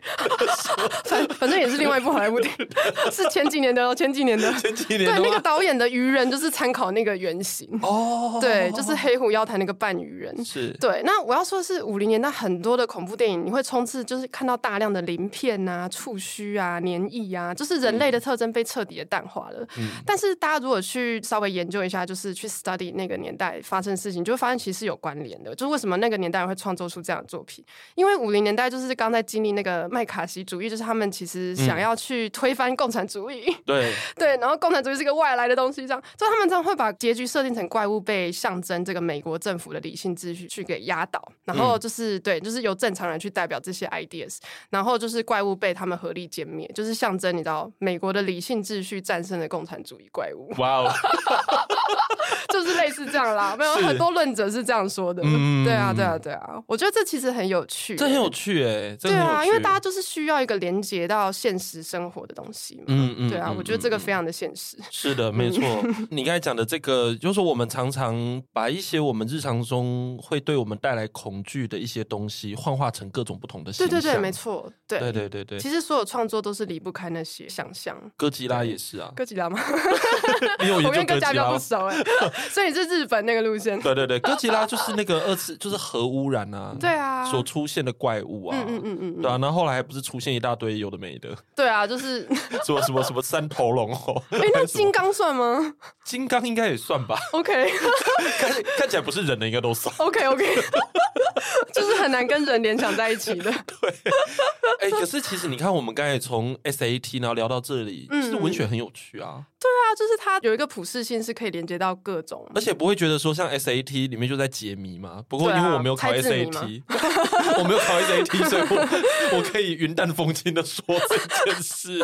B: 反 反正也是另外一部好莱坞 电影，是前几年的哦，前几年的。
A: 前几
B: 对
A: 年，的
B: 那
A: 话
B: 个导演的鱼人就是参考那个原型，
A: 哦，
B: 对，就是黑虎妖潭那个半鱼人。
A: 是，
B: 对，那我要说的是，五零年代很多的恐怖电影，你会冲刺，就是看到大量的鳞片啊、触须啊、黏液啊，就是人类的特征被彻底的淡化了。但是大家如果去稍微研究一下，就是去 study 那个年代发生的事情，就会发现其实是有关联的。就是为什么那个年代会创作出这样的作品？因为五零年代就是刚在经历那个麦卡锡主义，就是他们其实想要去推翻共产主义。
A: 对，
B: 对，然后共产主义是个外来的东西，这样，所以他们这样会把结局设定成怪物被象征这个美国政府的理性秩序去给压倒，然后
A: 嗯
B: 就是、对，就是由正常人去代表这些 ideas，然后就是怪物被他们合力歼灭，就是象征你知道美国的理性秩序战胜了共产主义怪物，
A: 哇哦，
B: 就是类似这样啦，没有
A: 是
B: 很多论者是这样说的，
A: 嗯
B: 对啊，对啊，对啊，我觉得这其实很有趣、欸
A: 这很有趣哎，这
B: 对
A: 很有
B: 啊，
A: 趣
B: 因为大家就是需要一个连接到现实生活的东西嘛，
A: 嗯嗯
B: 对啊，
A: 嗯
B: 我觉得这
A: 嗯
B: 个
A: 嗯
B: 非常的现实，
A: 是的，没错。 你刚才讲的这个，就是我们常常把一些我们日常中会对我们带来恐惧的一些东西，幻化成各种不同的形象。
B: 对对对，没。错，对
A: 对对对哦对，
B: 其实所有创作都是离不开那些想象。
A: 哥吉拉也是啊，
B: 哥吉拉吗？
A: 因 为我
B: 我
A: 研究
B: 跟哥
A: 哥
B: 吉
A: 吉
B: 拉
A: 拉哦
B: 不。熟哎、 所以你是日本那个路线。
A: 对对对，哥吉拉就是那个二次，就是核污染啊，
B: 对啊，
A: 所出现的怪物啊，
B: 嗯嗯嗯嗯嗯，
A: 对啊，然后后来还不是出现一大堆有的没的，
B: 对 啊，就是，
A: 什么什么什么三头龙哦，
B: 哎、那金刚算吗
A: 金刚应该也算吧，
B: ？OK
A: 看看起来不是人的应该都算。
B: OK OK，就是很难跟人联想在一起的。
A: 哎、可是其实你看，我们刚才从 SAT 然后聊到这里，
B: 嗯
A: 其实文学很有趣啊，
B: 对啊，就是它有一个普适性，是可以连接到各种。
A: 而且不会觉得说像 SAT 里面就在解谜嘛。不过
B: 对啊
A: 因为我没有考
B: 猜字谜嘛
A: SAT，、我 没有考 SAT，所以我我可以云淡风轻的说这件 事。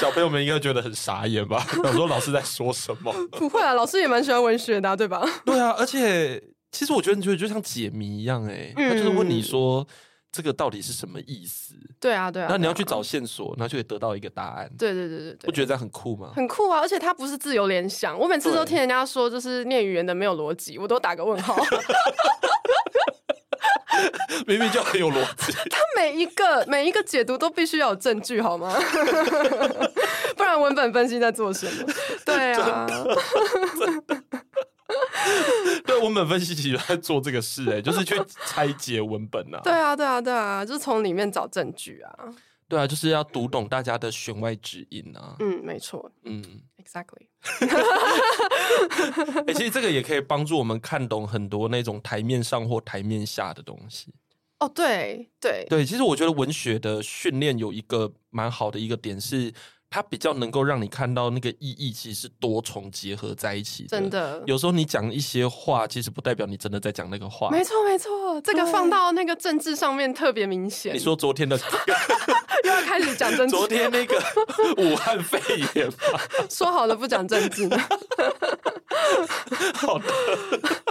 A: 小朋友们应该觉得很傻眼吧？想说老师在说什么？
B: 不会啊，老师也蛮喜欢文学的、啊，对吧？
A: 对啊，而且其实我觉得你觉得就像解谜一样、哎、他就是问
B: 嗯
A: 你说这个到底是什么意思，
B: 对啊，对啊。
A: 然后你要
B: 对
A: 去
B: 啊。
A: 找线索，然后就会得到一个答案。
B: 对对对对对。
A: 不觉得这样很酷 吗？
B: 很酷啊！而且它不是自由联想，我每次都
A: 对
B: 听人家说，就是念语言的没有逻辑，我都打个问号。
A: 明明就很有逻辑。
B: 每一个每一个解读都必须要有证据，好 吗？不然文本分析在做什么？对啊，
A: 对文本分析其实在做这个事、哎，就是去拆解文本呐、
B: 对啊，对啊，对啊，就是从里面找证据啊。
A: 对啊，就是要读懂大家的弦外之音啊。
B: 嗯，没错
A: 嗯，
B: ，exactly。
A: 哎、其实这个也可以帮助我们看懂很多那种台面上或台面下的东西。
B: 哦，对对
A: 对，其实我觉得文学的训练有一个蛮好的一个点是，它比较能够让你看到那个意义其实是多重结合在一起的。
B: 真，的。
A: 有时候你讲一些话，其实不代表你真的在讲那个话。
B: 没错，没错，这个放到那个政治上面特别明显。
A: 你说昨天 的，
B: 又要开始讲政治，
A: 昨天那 个武汉肺炎吧，
B: 说好了不讲政治呢？
A: 好的。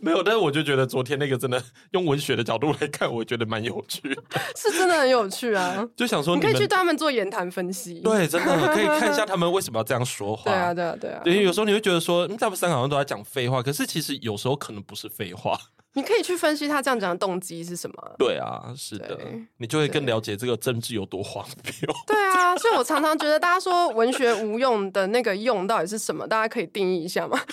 A: 没有，但是我就觉得昨天那个真的用文学的角度来看，我觉得蛮有趣的，
B: 是真的很有趣啊。
A: 就想说
B: 你
A: 你
B: 可
A: 们
B: 以去对他们做言谈分析。
A: 对，真的可以看一下他们为什么要这样说话。
B: 对啊，对啊，对啊。
A: 对，有时候你会觉得说，嗯，他们三个好像都在讲废话，可是其实有时候可能不是废话。
B: 你可以去分析他这样讲的动机是什么啊。
A: 对啊，是的
B: 对，
A: 你就会更了解这个政治有多荒谬。
B: 对啊，所以我常常觉得大家说文学无用的那个用到底是什么？大家可以定义一下吗？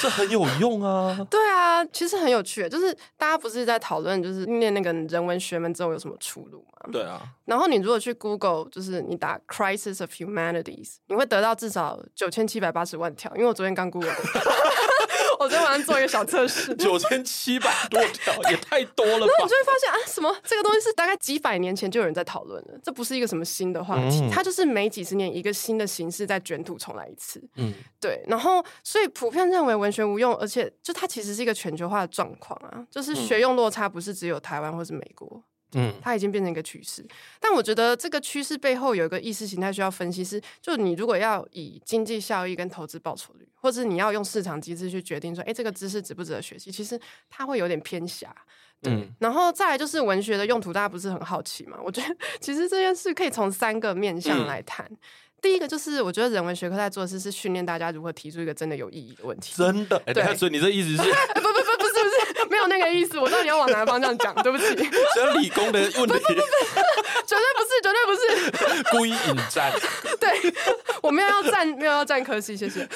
A: 这很有用啊！
B: 对啊，其实很有趣，就是大家不是在讨论，就是念那个人文学门之后有什么出路嘛？
A: 对啊，
B: 然后你如果去 Google，就是你打 “crisis of humanities”，你会得到至少九千七百八十万条，因为我昨天刚 Google，过 我昨天晚上做一个小 测试。
A: 九千七百多条也太多了
B: 然后
A: 吧
B: 你就？会发现啊，什么这个东西是大概几百年前就有人在讨论了，这不是一个什么新的话题，
A: 嗯
B: 它就是每几十年一个新的形式在卷土重来一次。
A: 嗯，
B: 对，然后所以普遍认为文学无用，而且就它其实是一个全球化的状况啊，就是学用落差不是只有台湾或是美国，
A: 嗯，
B: 它已经变成一个趋势。但我觉得这个趋势背后有一个意识形态需要分析是，就你如果要以经济效益跟投资报酬率，或者你要用市场机制去决定说，哎，这个知识值不值得学习，其实它会有点偏狭。对
A: 嗯
B: 然后再来就是文学的用途，大家不是很好奇嘛？我觉得 其实这件事可以从三个面
A: 嗯
B: 向来谈。第一个就是，我觉得人文学科在做的事是训练大家如何提出一个真的有意义的问题。
A: 真的。哎，
B: 对
A: 等一下所以你这意思是，
B: 不不不不是不是，没有那个意思。我知道你要往哪个方向讲，对不起，绝 对不是，
A: 只要理工的问题
B: 绝对不是。
A: 故意引 战。
B: 对， 我没有要占，没有要占科系，谢谢。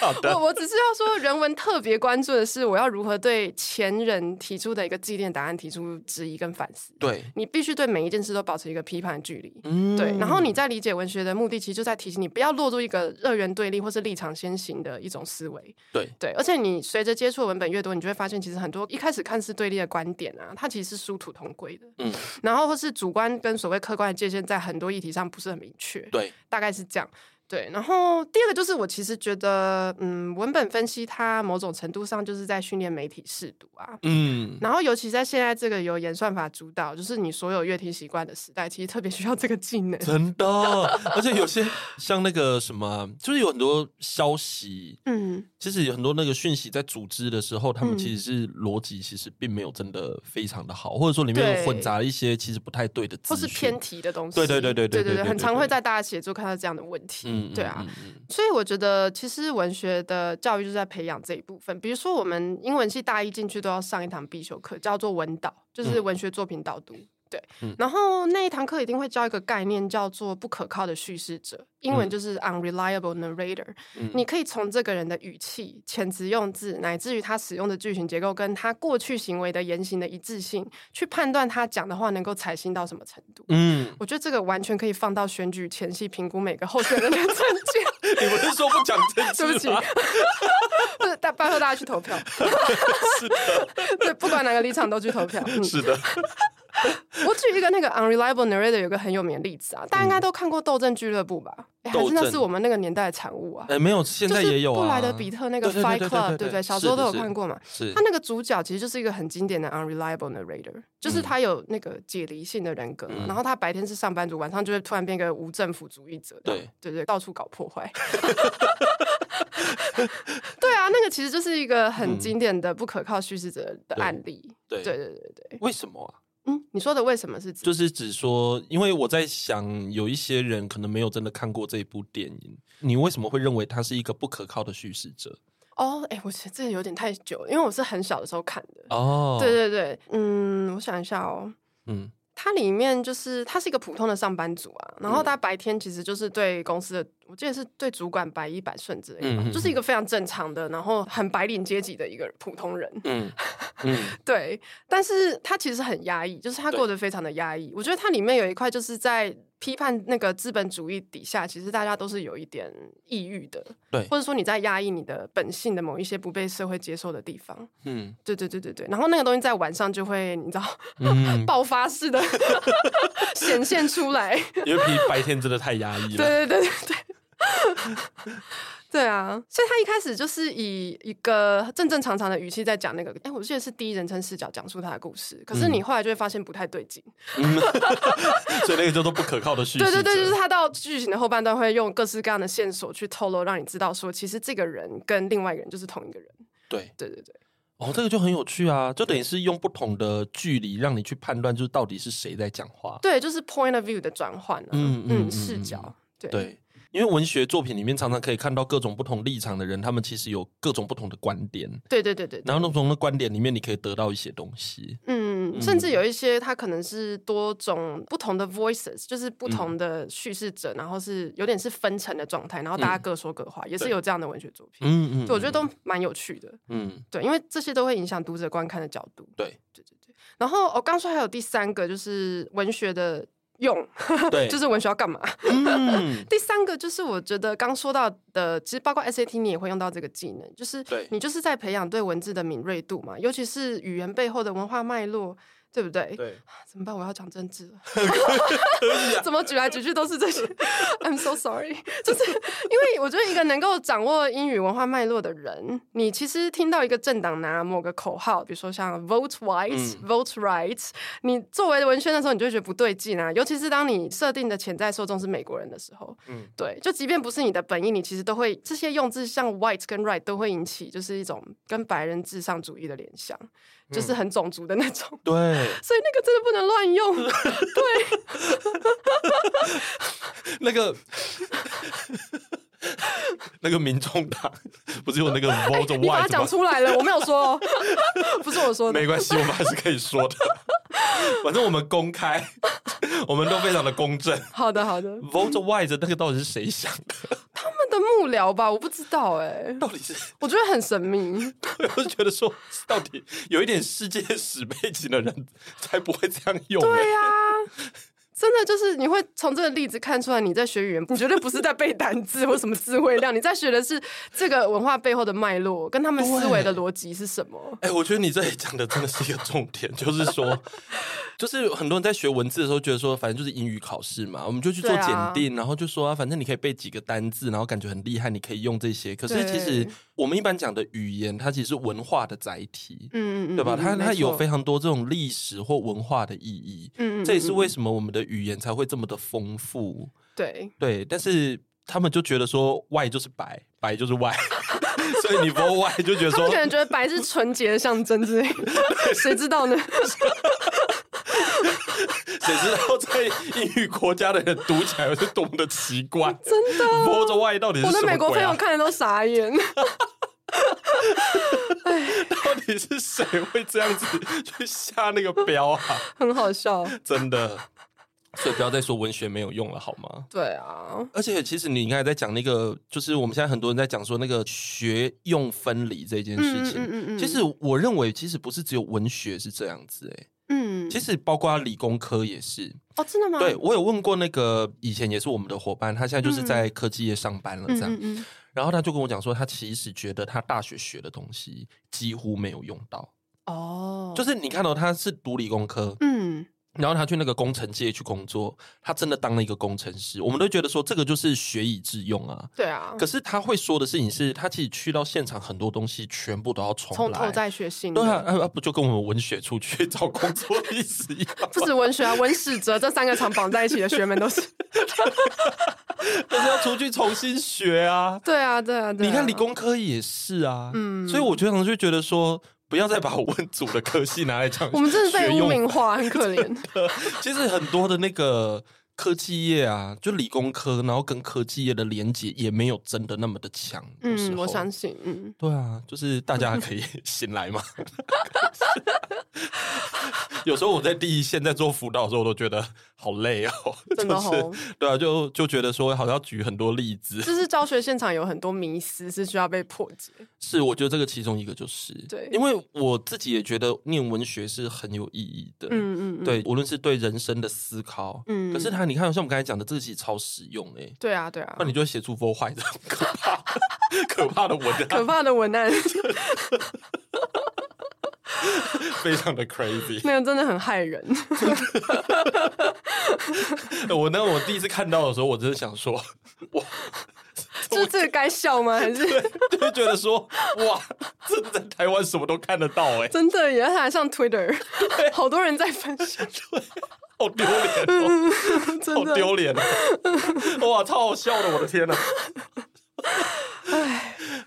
A: 好的，
B: 我我只是要说，人文特别关注的是，我要如何对前人提出的一个祭奠答案提出质疑跟反思。
A: 对，
B: 你必须对每一件事都保持一个批判的距离。
A: 嗯
B: 对，然后你在理解文学的目的，其实就在提醒你不要落入一个二元对立或是立场先行的一种思维。
A: 对，
B: 对，而且你随着接触的文本越多，你就会发现，其实很多一开始看似对立的观点啊，它其实是殊途同归的。
A: 嗯，
B: 然后或是主观跟所谓客观的界限，在很多议题上不是很明确。
A: 对，
B: 大概是这样。对，然后第二个就是我其实觉得，嗯，文本分析它某种程度上就是在训练媒体试读啊。
A: 嗯，
B: 然后，尤其在现在这个由演算法主导，就是你所有阅听习惯的时代，其实特别需要这个技能。
A: 真的。而且有些像那个什么，啊就是有很多消息，
B: 嗯，
A: 其实有很多那个讯息在组织的时候，他们
B: 嗯
A: 其实是逻辑其实并没有真的非常的好，或者说里面
B: 对
A: 有混杂了一些其实不太对的资
B: 或
A: 讯，
B: 是偏题的东西。
A: 对对对对对
B: 对
A: 对对
B: 很常
A: 对
B: 会在大家写作看到这样的问题。
A: 嗯，嗯，
B: 对啊
A: 嗯，嗯
B: 所以我觉得，其实文学的教育就是在培养这一部分。比如说，我们英文系大一进去都要上一堂必修课，叫做文导，就是文学作品导读。对
A: 嗯，
B: 然后那一堂课一定会教一个概念，叫做不可靠的叙事者，英文就是 unreliable narrator。
A: 嗯
B: 你可以从这个人的语气、遣词用字，乃至于他使用的句型结构，跟他过去行为的言行的一致性，去判断他讲的话能够采信到什么程度。
A: 嗯，
B: 我觉得这个完全可以放到选举前夕评估每个候选人的证 件。
A: 你不是说不讲政治
B: 对
A: 吗？
B: 不起， 不是大拜托大家去投票。对，不管哪个立场都去投票。嗯，
A: 是的，
B: 我举一个那个 unreliable narrator 有一个很有名的例子啊，大家应该都看过《斗阵俱乐部》吧？哎
A: 嗯
B: 还
A: 斗
B: 是那
A: 阵
B: 是我们那个年代的产物啊。
A: 哎，没有，现在也有
B: 就是布
A: 啊，
B: 莱德比特那个
A: 对对
B: Fight
A: 对
B: Club，
A: 对
B: 对不对？小时
A: 是
B: 候
A: 的
B: 都有
A: 是
B: 看过嘛。
A: 是
B: 他，那个主角其实就是一个很经典的 unreliable narrator，就是他有那个解离性的人格嘛，
A: 嗯
B: 然后他白天是上班族，晚上就会突然变个无政府主义者，
A: 对
B: 对对，到处搞破坏。 对啊，那个其实就是一个很经典的不可靠叙事者的案例。
A: 嗯对
B: 对对对对，
A: 为什么啊？
B: 嗯，你说的为什么是指？
A: 就是只说，因为我在想，有一些人可能没有真的看过这一部电影，你为什么会认为他是一个不可靠的叙事者？
B: 哦，哎、我觉得这个有点太久了，因为我是很小的时候看的。
A: 哦，
B: 对，对对，嗯，我想一下哦，
A: 嗯
B: 它里面就是他是一个普通的上班族啊，
A: 嗯
B: 然后他白天其实就是对公司的，我记得是对主管百依百顺之类的吧
A: 嗯嗯，嗯
B: 就是一个非常正常的，然后很白领阶级的一个普通人。
A: 嗯嗯，
B: 对，但是他其实很压抑，就是他
A: 对
B: 过得非常的压抑。我觉得它里面有一块就是在批判那个资本主义底下，其实大家都是有一点抑郁的，
A: 对
B: 或者说你在压抑你的本性的某一些不被社会接受的地方。
A: 嗯
B: 对对对对对，然后那个东西在晚上就会，你知道，
A: 嗯，
B: 爆发式 的显现出来。
A: 因为比白天真的太压抑了。
B: 对对对对对。 对啊，所以他一开始就是以一个正正常常的语气在讲那个，哎，我记得是第一人称视角讲述他的故事，可是
A: 嗯
B: 你后来就会发现不太对劲。
A: 所以那个叫做不可靠的叙事
B: 对
A: 者。
B: 对对，就是他到剧情的后半段会用各式各样的线索去透露，让你知道说，其实这个人跟另外一个人就是同一个人。
A: 对
B: 对对对，
A: 哦，这个就很有趣啊，就等于是用不同的距离让你去判断，就是到底是谁在讲话。
B: 对，就是 point of view 的转换啊，
A: 嗯
B: 嗯
A: 嗯嗯
B: 视
A: 嗯
B: 角，对
A: 对，因为文学作品里面常常可以看到各种不同立场的人，他们其实有各种不同的观点，
B: 对对对对对
A: 然后不同的观点里面，你可以得到一些东西。
B: 嗯，甚至有一些它可能是多种不同的 voices，就是不
A: 嗯
B: 同的叙事者，然后是有点是分层的状态，然后大家各说各话，也
A: 嗯
B: 是
A: 对
B: 有这样的文学作品。
A: 嗯嗯，
B: 对，我觉得都蛮有趣的，
A: 嗯
B: 对，因为这些都会影响读者观看的角度。
A: 对
B: 对对对。然后我、哦、刚说还有第三个就是文学的用，
A: 对
B: 就是文学要干嘛？
A: 嗯
B: 第三个就是我觉得刚说到的，其实包括 SAT 你也会用到这个技能，就是
A: 对
B: 你就是在培养对文字的敏锐度嘛，尤其是语言背后的文化脉络，对不对？
A: 对，
B: 怎么办？我要讲政治了， 怎么举来举去都是这些？I'm so sorry，就是 因为我觉得一个能够掌握英语文化脉络的人，你其实听到一个政党拿某个口号，比如说像 Vote White、Vote Right，你作为文宣的时候，你就会觉得不对劲啊。尤其是当你设定的潜在受众是美国人的时候，
A: 嗯
B: 嗯，对，就即便不是你的本意，你其实都会这些用字像 White 跟 Right 都会引起就是一种跟白人至上主义的联想，就是很种族的那种。
A: 对，
B: 所以那个真的不能乱用。
A: 那个 那个民众党不是有那个 vote
B: 哎你把它
A: white
B: 讲
A: 吗？
B: 出来了，我没有 说哦，不是我说的
A: 没。关系，我们还是可以说的。 反正我们公开， 我们都非常的公正。
B: 好的，好的，他
A: vote white 的那个到底是谁想的？
B: 们的幕僚吧，我不知道哎、
A: 到底是
B: 我觉得很神秘。
A: 我就觉得说，到底有一点世界史背景的人才不会这样用、
B: 对
A: 欸。
B: 呀、真的就是你会从这个例子看出来，你在学语言，你绝对不是在背单字或什么词汇量，你在学的是这个文化背后的脉络，跟他们思维的逻辑是什 么。
A: 哎、我觉得你这里讲的真的是一个重点， 就是说，就是很多人在学文字的时候，觉得说，反正就是英语考试嘛，我们就去做
B: 对
A: 检
B: 啊
A: 定，然后就说、啊，反正你可以背几个单字，然后感觉很厉害，你可以用这些。可是其实
B: 对
A: 我们一般讲的语言，它其实是文化的载体，
B: 嗯嗯嗯，
A: 对吧？它
B: 嗯
A: 它有，非
B: 没错
A: 常多这种历史或文化的意义，
B: 嗯嗯，
A: 这也是
B: 嗯
A: 为什么我们的语言才会这么的丰富。
B: 对。
A: 对，但是他们就觉得说 Y 就是白，白就是 Y，所 以你 vote Y 就觉得
B: 他们
A: 说
B: 可能觉得白是纯洁的象征之类的，谁知道呢？
A: 谁知道在英语国家的人读起来是多么的奇怪，
B: 哦真的，
A: vote Y 到底是
B: 我
A: 什
B: 的
A: 么
B: 美国
A: 鬼
B: 朋友
A: 啊？
B: 看的都傻眼。
A: 啊到底是谁会这样子去下那个标啊？
B: 很好笑。
A: 真的，所以不要再说文学没有用了好吗？
B: 对啊，
A: 而且，其实你刚才在讲那个，就是我们现在很多人在讲说那个学用分离这件事情。
B: 嗯嗯嗯嗯嗯
A: 其实我认为，其实不是只有文学是这样子、欸，
B: 嗯，
A: 其实包括理工科也是，
B: 哦，真的吗？
A: 对我有问过那个以前也是我们的伙伴，他现在就是在科技业上班了这
B: 嗯，
A: 样，
B: 嗯嗯
A: 然后他就跟我讲说，他其实觉得他大学学的东西几乎没有用到，
B: 哦，
A: 就是你看到、他是读理工科，
B: 嗯，
A: 然后他去那个工程界去工作，他真的当了一个工程师，我们都觉得说这个就是学以致用啊。
B: 对啊
A: 可，是他会说的事情是，他其实去到现场，很多东西全部都要重
B: 从
A: 来。
B: 头再学新
A: 对啊，
B: 的，
A: 啊啊不就跟我们文学出去找工作的意思 一样吗？
B: 不止文学啊，文史哲这三个常绑在一起的学门 都是。。
A: 就是要出去重新学啊
B: 对啊，对啊，对啊
A: 你看理，工科也是啊，
B: 嗯
A: 所以我经常就觉得说，不要再把文组的科系拿来讲
B: 我们真的被
A: 学
B: 污
A: 用
B: 名化，很可怜。
A: 的。其实很多的那个科技业啊，就理工科，然后跟科技业的连接也没有真的那么的强。 有时
B: 嗯，
A: 候
B: 我相信，嗯，
A: 对啊，就是大家可以 醒来嘛。有时候我在第一线在做辅导的时候，我都觉得好累哦，
B: 真的哦
A: 就是对啊，就就觉得说好像要举很多例子，
B: 就是教学现场有很多迷思是需要被破解。
A: 是，我觉得这个其中一个就是，
B: 对
A: 因为我自己也觉得念文学是很有意义的，
B: 嗯嗯，嗯，
A: 对，无论是对人生的思考，
B: 嗯
A: 可是它，你看，像我们刚才讲的，这个其实超实用诶、
B: 对啊，对啊
A: 那，你就会写出 “for 坏”这种可怕、 可怕的文
B: 可
A: 案，
B: 怕的文案，
A: 非常的 crazy。
B: 那个真的很害 人。
A: 我呢，我第一次看到的时候，我真的想说，我
B: 这这个该笑吗？还是
A: 就会觉得说，哇，这在台湾什么都看得到哎、
B: 真的耶？他还上 Twitter，好 多人在分享，
A: 哦好丢脸哦，
B: 真
A: 好
B: 的。
A: 丢脸哦， 哇，超好笑的，我的天啊呐、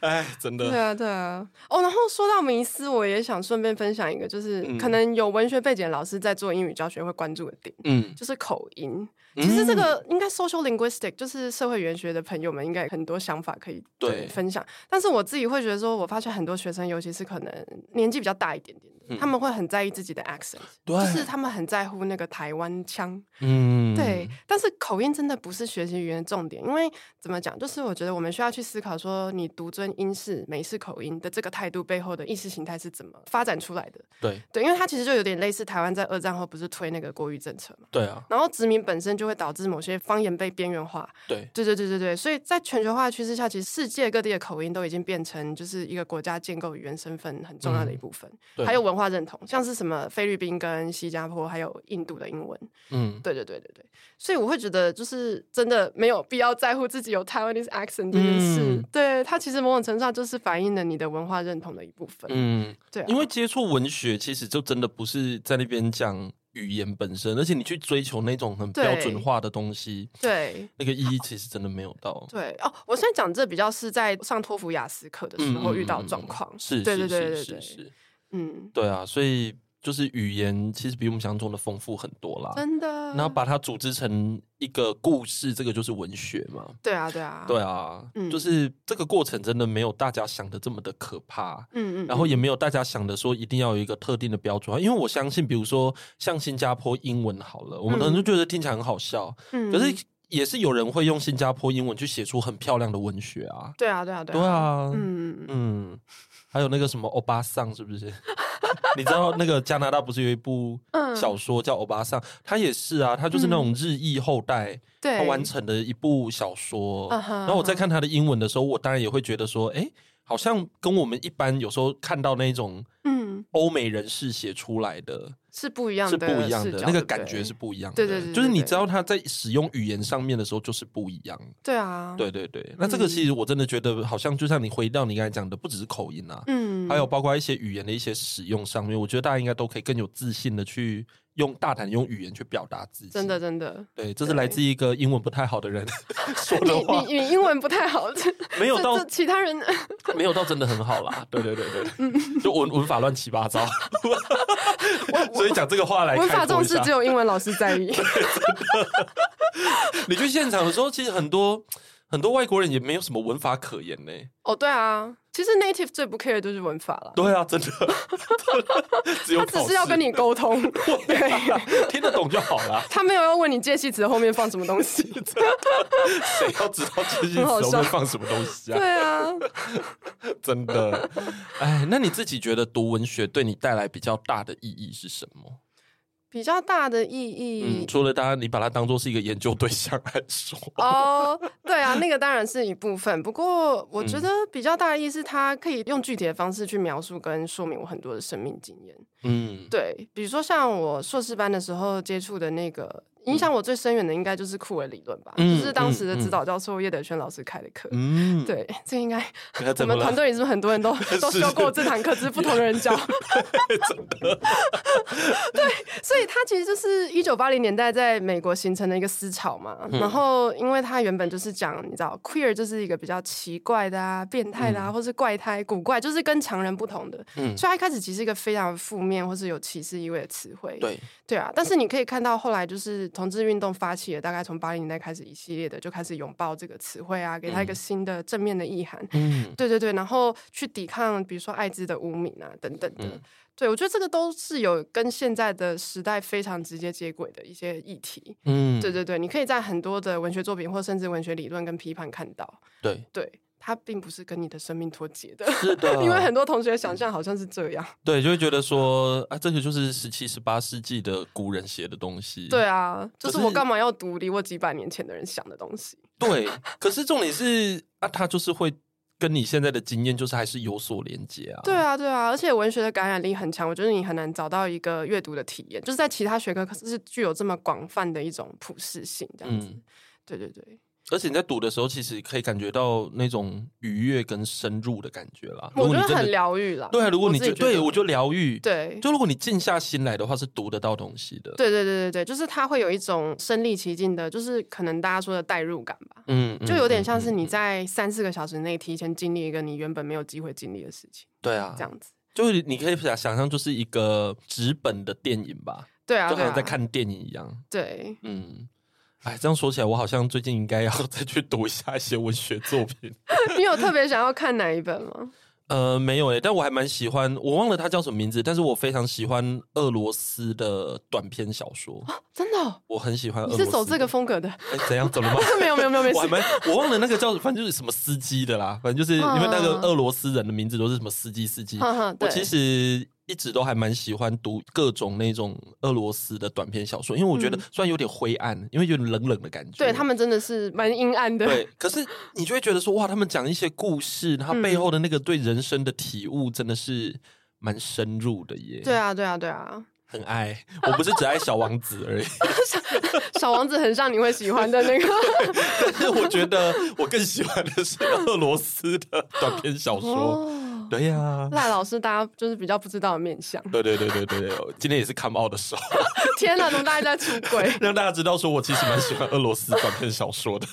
A: 哎，真
B: 对
A: 的，
B: 啊，对啊。哦，然后说到迷思，我也想顺便分享一个，就是
A: 嗯
B: 可能有文学背景的老师在做英语教学会关注的点，
A: 嗯，
B: 就是口音。其实这个应该 social linguistic，就是社会语言学的朋友们应该有很多想法可以
A: 对
B: 分享。但是我自己会觉得说，我发现很多学生，尤其是可能年纪比较大一点点的，他们会很在意自己的 accent，
A: 嗯对
B: 就是他们很在乎那个台湾腔。
A: 嗯
B: 对，，但是口音真的不是学习语言的重点，因为怎么讲，就是我觉得我们需要去思考说，你独尊英式、美式口音的这个态度背后的意识形态是怎么发展出来的。
A: 对，
B: 对，因为它其实就有点类似台湾在二战后不是推那个国语政策嘛，
A: 对啊，
B: 然后殖民本身就会导致某些方言被边缘化。
A: 对，
B: 对对对对对，所以在全球化的趋势下，其实世界各地的口音都已经变成就是一个国家建构语言身份很重要的一部分，
A: 嗯对
B: 还有文化认同，像是什么菲律宾跟新加坡还有印度的英文。
A: 嗯，
B: 对对对对对，所以我会觉得就是真的没有必要在乎自己有 Taiwanese accent 这件事，
A: 嗯
B: 对它其实某种程度上就是反映了你的文化认同的一部分。
A: 嗯，
B: 对、啊，
A: 因为接触文学，其实就真的不是在那边讲语言本身，而且你去追求那种很标准化的东西，
B: 对
A: 那个意义其实真的没有到。
B: 对哦，我现在讲这比较是在上托福雅思课的时候遇到的状况，
A: 嗯是，
B: 对
A: 是
B: 对
A: 是
B: 对对
A: 是
B: 对，
A: 是，
B: 嗯，
A: 对啊，所以就是语言其实比我们想象中的丰富很多啦。
B: 真的，
A: 然后把它组织成一个故事，这个就是文学嘛。
B: 对啊对啊
A: 对啊，
B: 嗯
A: 就是这个过程真的没有大家想的这么的可怕。
B: 嗯嗯，
A: 然后也没有大家想的说一定要有一个特定的标准，因为我相信，比如说像新加坡英文好了，我们可能就觉得听起来很好笑，
B: 嗯
A: 可是也是有人会用新加坡英文去写出很漂亮的文学啊。
B: 对啊对啊对
A: 对
B: 啊，
A: 啊，嗯
B: 嗯嗯
A: 还有那个什么欧巴桑是不是？ 你知道那个加拿大不是有一部
B: 嗯
A: 小说叫《欧巴桑》，他也是啊，他就是那种日裔后代他
B: 对，嗯
A: 完成的一部小说。
B: 啊哈
A: 然后我在看他的英文的时候，我当然也会觉得说，哎，好像跟我们一般有时候看到那种
B: 嗯
A: 欧美人士写出来的
B: 是不一样
A: 是
B: 的
A: 不一样
B: 视
A: 的，
B: 角
A: 那个
B: 对不
A: 感觉
B: 对
A: 是不一样的。
B: 对对对对
A: 就是你
B: 对
A: 知道他在使用语言上面的时候就是不一样。
B: 对啊，
A: 对对对，那这个其实我真的觉得，好像就像你回到你刚才讲的，不只是口音啊，
B: 嗯，
A: 还有包括一些语言的一些使用上面，我觉得大家应该都可以更有自信的去用大胆用语言去表达自己。
B: 真的，真的。
A: 对，这是来自一个英文不太好的人 说
B: 你
A: 的话，
B: 你你英文不太好，这
A: 没有
B: 这
A: 到
B: 这嗯其他人
A: 没有到真的很好啦。对对对对，就文文法乱七八糟， 所以讲这个话来
B: 文法
A: 开
B: 这
A: 脱
B: 种
A: 一
B: 事
A: 下
B: 只。有英文老师 在意。
A: 你去现场的时候，其实很多很多外国人也没有什么文法可言呢、
B: 哦，对啊，其实 native 最不 care 的就是文法了。
A: 对啊，真的， 只有
B: 他只
A: 考
B: 是要
A: 试啊
B: 跟你沟通， 对，
A: 听得懂就好啦。
B: 他没有要问你介系词后面放什么东 西。
A: 谁要知道这些
B: 很好
A: 词
B: 笑
A: 会放什么东西啊？
B: 对啊，
A: 真的，哎，那你自己觉得读文学对你带来比较大的意义是什么？
B: 比较大的意
A: 嗯，
B: 义
A: 除了当然你把它当做是一个研究对象来说，
B: 哦，对啊，那个当然是一部分。不过我
A: 嗯
B: 觉得比较大的意义是，它可以用具体的方式去描述跟说明我很多的生命经验。
A: 嗯，
B: 对，比如说像我硕士班的时候接触的那个，影响我最深远的应该就是库尔理论吧，
A: 嗯
B: 就是当时的指导教授叶德轩老师开的课。
A: 嗯，
B: 对，这 应该
A: 那
B: 我
A: 怎么
B: 们团
A: 了？
B: 队里是不是很多人都 都
A: 是
B: 修过这堂课，只是不同的人教。 对，所以它其实就是一九八零年代在美国形成的一个思潮嘛。
A: 嗯
B: 然后，因为它原本就是讲，你知道，queer 就是一个比较奇怪的啊、变态的啊，或是怪胎、古怪，就是跟常人不同的。
A: 嗯
B: 所以它一开始其实是一个非常负面或是有歧视意味的词汇。
A: 对，嗯
B: 对啊，但是你可以看到后来就是同志运动发起了，大概从八零年代开始，一系列的就开始拥抱这个词汇啊，给它一个新的正面的意涵。
A: 嗯，
B: 对对对，然后去抵抗，比如说艾滋的污名啊等等的。
A: 嗯
B: 对，我觉得这个都是有跟现在的时代非常直接接轨的一些议题。
A: 嗯，
B: 对对对，你可以在很多的文学作品或甚至文学理论跟批判看到，
A: 对，
B: 对它并不是跟你的生命脱节的。
A: 是的，
B: 因为很多同学
A: 嗯
B: 想象好像是这样，
A: 对，就会觉得说啊，这个就是十七、十八世纪的古人写的东西，
B: 对啊，就是
A: 可是
B: 我干嘛要读离我几百年前的人想的东西？
A: 对。可是重点是啊，它就是会跟你现在的经验就是还是有所连接啊，
B: 对啊，对啊，而且文学的感染力很强，我觉得你很难找到一个阅读的体验，就是在其他学科是具有这么广泛的一种普适性，这样子。
A: 嗯
B: 对对对，
A: 而且你在读的时候，其实可以感觉到那种愉悦跟深入的感觉啦。
B: 我
A: 如果
B: 觉得
A: 你真
B: 很
A: 的
B: 疗愈啦。
A: 对啊，如果你
B: 自己
A: 就
B: 觉得
A: 对我就疗愈，
B: 对
A: 就如果你静下心来的话，是读得到东西的。
B: 对对对对对，就是它会有一种身临其境的，就是可能大家说的代入感吧，
A: 嗯，
B: 就有点像
A: 嗯
B: 是
A: 嗯
B: 你在三四个小时内提前经历一个你原本没有机会经历的事情，
A: 对啊
B: 这，样子。
A: 就是你可以想想象，就是一个纸本的电影吧，
B: 对啊，
A: 就好
B: 对啊
A: 像在看电影一样。
B: 对，
A: 嗯，哎，这样说起来，我好像最近应该要 再去读一下一些文学作品。
B: 你有特别想要看哪一本吗？
A: 呃，没有诶、但我还蛮喜欢，我忘了它叫什么名字，但是我非常喜欢俄罗斯的短篇小说，
B: 真的哦、
A: 我很喜呃欢俄
B: 你
A: 罗斯的。
B: 是走这个风格的？
A: 哎、怎样？怎么了吗？
B: 没有没有没有没
A: 我还
B: 事。
A: 蛮我忘了那个叫，反正就是什么司机的啦，反正就是
B: 嗯
A: 因为那个俄罗斯人的名字都是什么司机司机。
B: 哼哼
A: 我
B: 对，
A: 其实一直都还蛮喜欢读各种那种俄罗斯的短篇小说，因为我觉得
B: 嗯
A: 虽然有点灰暗，因为有点冷冷的感觉，
B: 对他们真的是蛮阴暗的。
A: 对，可是你就会觉得说，哇，他们讲一些故事，他
B: 嗯
A: 背后的那个对人生的体悟，真的是蛮深入的耶。
B: 对，啊，对啊，对啊，
A: 很爱，我不是只爱小王子而已，
B: 小王子很像你会喜欢的那个
A: 但是 我觉得我更喜欢的是俄罗斯的短篇小 说。
B: 哦，
A: 对呀、
B: 赖老师，大家就是比较不知道的面相。
A: 对对对对对对，今天也是 come out 的时候，
B: 天哪，怎么大家在出轨？
A: 让大家知道说我其实蛮喜欢俄罗斯短篇小说的。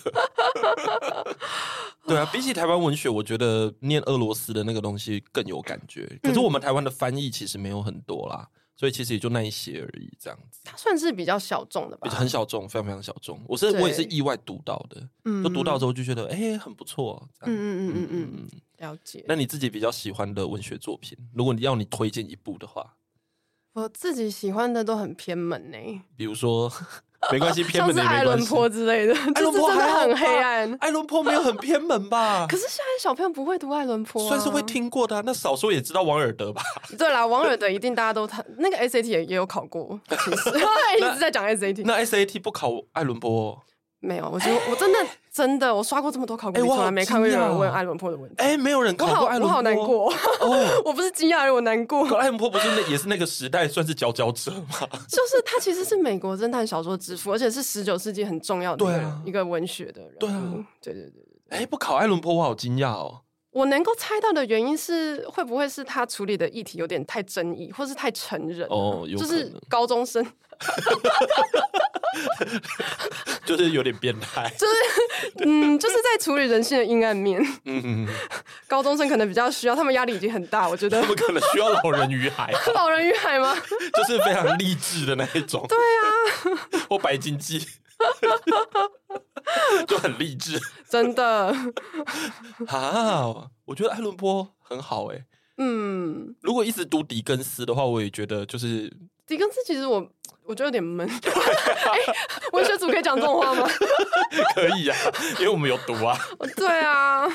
A: 对啊，比起台湾文学，我觉得念俄罗斯的那个东西更有感觉。可是我们台湾的翻译其实没有很多啦，所以其实也就那一些而已，这样子，
B: 它算是比较小众的吧
A: 比较，很小众，非常非常小众。我是我也是意外读到的，
B: 嗯
A: 就读到之后就觉得哎、很不错。这样
B: 嗯嗯嗯嗯嗯，
A: 嗯嗯，
B: 了解。
A: 那你自己比较喜欢的文学作品，如果你要你推荐一部的话，
B: 我自己喜欢的都很偏门呢、
A: 比如 说没关系，偏
B: 像
A: 门
B: 是
A: 的也
B: 爱
A: 没关
B: 伦
A: 系。
B: 坡之类的， 就是
A: 坡
B: 真的
A: 还好
B: 很
A: 吧
B: 黑暗。
A: 爱伦坡没有很偏门吧？
B: 可是现在小朋友不会读爱伦坡、啊，
A: 算是会。听过的啊、那少说也知道王尔 德吧？
B: 对啦，王尔德一定大家都他那个 SAT 也也有考过，其实一直在讲 SAT。
A: 那 SAT 不考爱伦坡哦、
B: 没有，我觉得我真的真的我刷过这么多考古
A: 哎
B: 题，
A: 我
B: 从
A: 好
B: 来没看过有
A: 惊
B: 人
A: 讶
B: 问爱伦坡的问题。
A: 哎、没有人
B: 我
A: 考
B: 好
A: 过爱伦
B: 我
A: 坡，
B: 好难过，
A: 哦。
B: 我不是惊讶，我难过。
A: 可爱伦坡不是那也是那个时代算是佼佼者吗？
B: 就是他其实是美国侦探小说之父，而且是十九世纪很重要的一
A: 对
B: 个,、
A: 啊
B: 一个文学的人物。嗯
A: 对啊，
B: 对对对。
A: 哎、不考爱伦坡，我好惊讶哦。
B: 我能够猜到的原因是，会不会是他处理的议题有点太争议，或是太成人了
A: 哦有
B: 就
A: 可
B: 是
A: 能
B: 高中生，
A: 就是有点变态。
B: 嗯，就是在处理人性的阴暗面。
A: 嗯，
B: 高中生可能比较需要，他们压力已经很大，我觉得
A: 他。们可能需要老人与海，
B: 老人与海吗？
A: 就是非常励志的那一种。对啊， 或白金记。就很励志
B: 真的，
A: 啊！我觉得爱伦坡很好哎、
B: 嗯，
A: 如果一直读狄更斯的话，我也觉得就是
B: 狄更斯其实我我觉得有点闷。 哎、文学组可以讲这种话吗？
A: 可以啊，因为我们有读啊，
B: 对啊，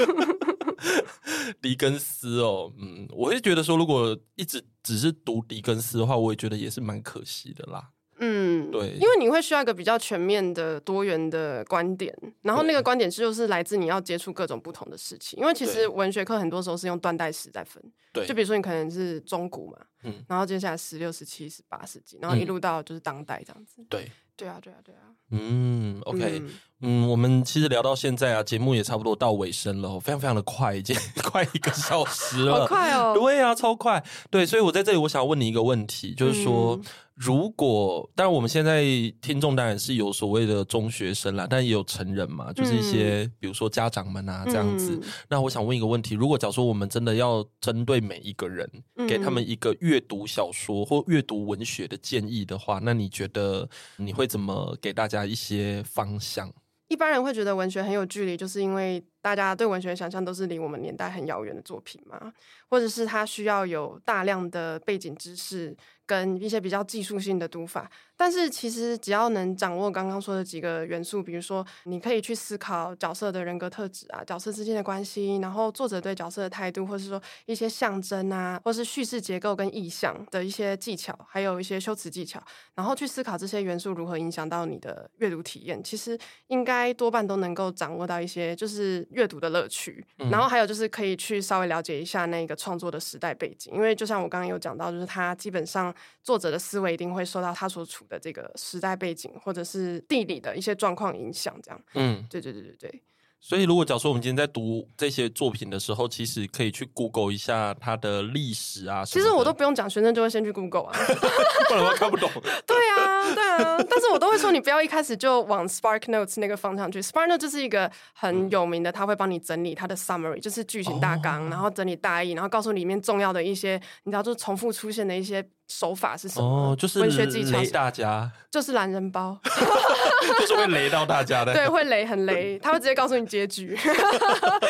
A: 狄更斯哦，嗯，我会觉得说，如果一直只是读狄更斯的话，我也觉得也是蛮可惜的啦。
B: 嗯，
A: 对
B: 因为你会需要一个比较全面的、多元的观点，然后那个观点就是来自你要接触各种不同的事情。因为其
A: 对
B: 实文学课很多时候是用断代史在分，
A: 对，
B: 就比如说你可能是中古嘛，
A: 嗯
B: 然后接下来十六、十七、十八世纪，然后一
A: 嗯
B: 路到就是当代这样子。
A: 对，
B: 对啊，对啊，对啊。
A: 嗯，OK，嗯
B: 嗯
A: 我们其实聊到现在啊，节目也差不多到尾声了哦，非常非常的快，已经 快一个小时了，
B: 好快哦
A: 对啊，超快。对，所以我在这里，我想问你一个问题，就是说，
B: 嗯
A: 如果当然我们现在听众当然是有所谓的中学生啦，但也有成人嘛，就是一些、比如说家长们啊这样子。
B: 嗯
A: 那我想问一个问题：如果假如说我们真的要针对每一个人，
B: 嗯
A: 给他们一个阅读小说或阅读文学的建议的话，那你觉得你会怎么给大家一些方向？
B: 一般人会觉得文学很有距离，就是因为大家对文学的想象都是离我们年代很遥远的作品嘛，或者是它需要有大量的背景知识跟一些比较技术性的读法。但是其实只要能掌握刚刚说的几个元素，比如说你可以去思考角色的人格特质啊，角色之间的关系，然后作者对角色的态度，或是说一些象征啊，或是叙事结构跟意象的一些技巧，还有一些修辞技巧，然后去思考这些元素如何影响到你的阅读体验，其实应该多半都能够掌握到一些就是阅读的乐趣。然后还有就是可以去稍微了解一下那个创作的时代背景，因为就像我刚刚有讲到，就是它基本上作者的思维一定会受到他所处的这个时代背景或者是地理的一些状况影响，这样。
A: 嗯，
B: 对对对对对，
A: 所以如果假如说我们今天在读这些作品的时候，其实可以去 Google 一下它的历史啊什
B: 其
A: 么的。
B: 实我都不用讲，学生就会先去 Google 啊。
A: 不然我看不懂。
B: 对啊，对啊，但是我都会说你不要一开始就往 Spark Notes 那个方向去。Spark Notes 就是一个很有名的，他会帮你整理它的 summary，就是剧情大纲，
A: 哦
B: 然后整理大意，然后告诉里面重要的一些，你知道，就是重复出现的一些手法是什 么，
A: 哦，就是
B: 文学技巧
A: 雷
B: 是，
A: 大 家，
B: 就是懒 人包，
A: 就是会雷到大家的。
B: 对，会雷很雷，他会直接告诉你结局。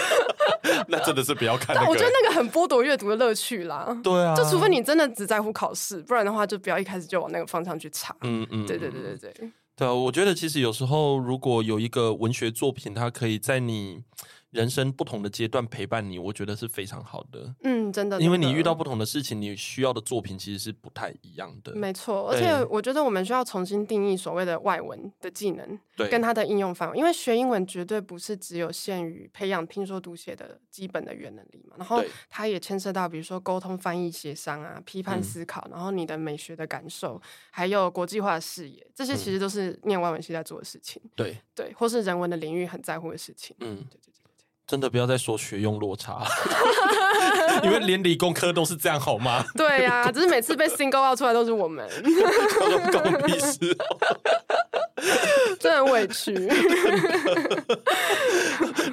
A: 那真的是不要看那
B: 但
A: 个。
B: 我觉得那个很剥夺阅读的乐趣啦。
A: 对啊，
B: 就除非你真的只在乎考试，不然的话就不要一开始就往那个方向去查。
A: 嗯嗯，
B: 对对对对对，
A: 对啊，我觉得其实有时候，如果有一个文学作品，它可以在你人生不同的阶段陪伴你，我觉得是非常好的。
B: 嗯，真的，
A: 因为你
B: 真的
A: 遇到不同的事情，你需要的作品其实是不太一样的。
B: 没错，而
A: 对
B: 且我觉得我们需要重新定义所谓的外文的技能
A: 对，
B: 跟它的应用范围，因为学英文绝对不是只有限于培养听说读写的基本的语言能力嘛，然后
A: 对
B: 它也牵涉到比如说沟通、翻译、协商啊、批判
A: 嗯
B: 思考，然后你的美学的感受，还有国际化的视野，这些
A: 嗯
B: 其实都是念外文系在做的事情，
A: 对，
B: 对，或是人文的领域很在乎的事情。
A: 嗯，
B: 对对对对
A: 真的不要再说学用落 差， 因为连理工科都是这样好 吗？
B: 对呀、只是每次被 single out 出来都是我们，
A: 关我屁事哦！
B: 真的很委 屈。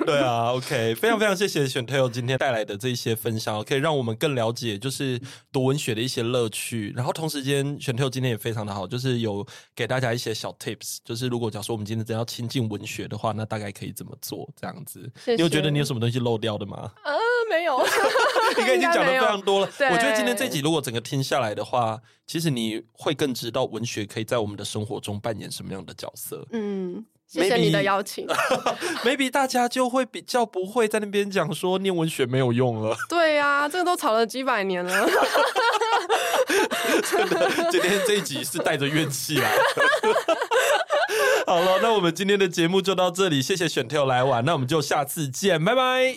A: 对啊，OK，非常非常谢谢选 t a l 今天带来的这一些分享，可以让我们更了解就是读文学的一些乐趣。然后同时间，选 t a l 今天也非常的好，就是有给大家一些小 tips，就是如果假如说我们今天真的要亲近文学的话，那大概可以怎么做这样子？
B: 谢谢
A: 你有觉得你有什么东西漏掉的吗？
B: 呃，没有，
A: 应该已经讲的非常多了。
B: 对
A: 我觉得今天这集如果整个听下来的话，其实你会更知道文学可以在我们的生活中扮演什么样的角色。
B: 嗯，谢谢你
A: Maybe-
B: 的邀请。
A: Maybe 大家就会比较不会在那边讲说念文学没有用了。
B: 对呀、这个都吵了几百年了。
A: 今天这一集是带着怨气来 的。好了，那我们今天的节目就到这里，谢谢选跳来玩，那我们就下次见，拜拜。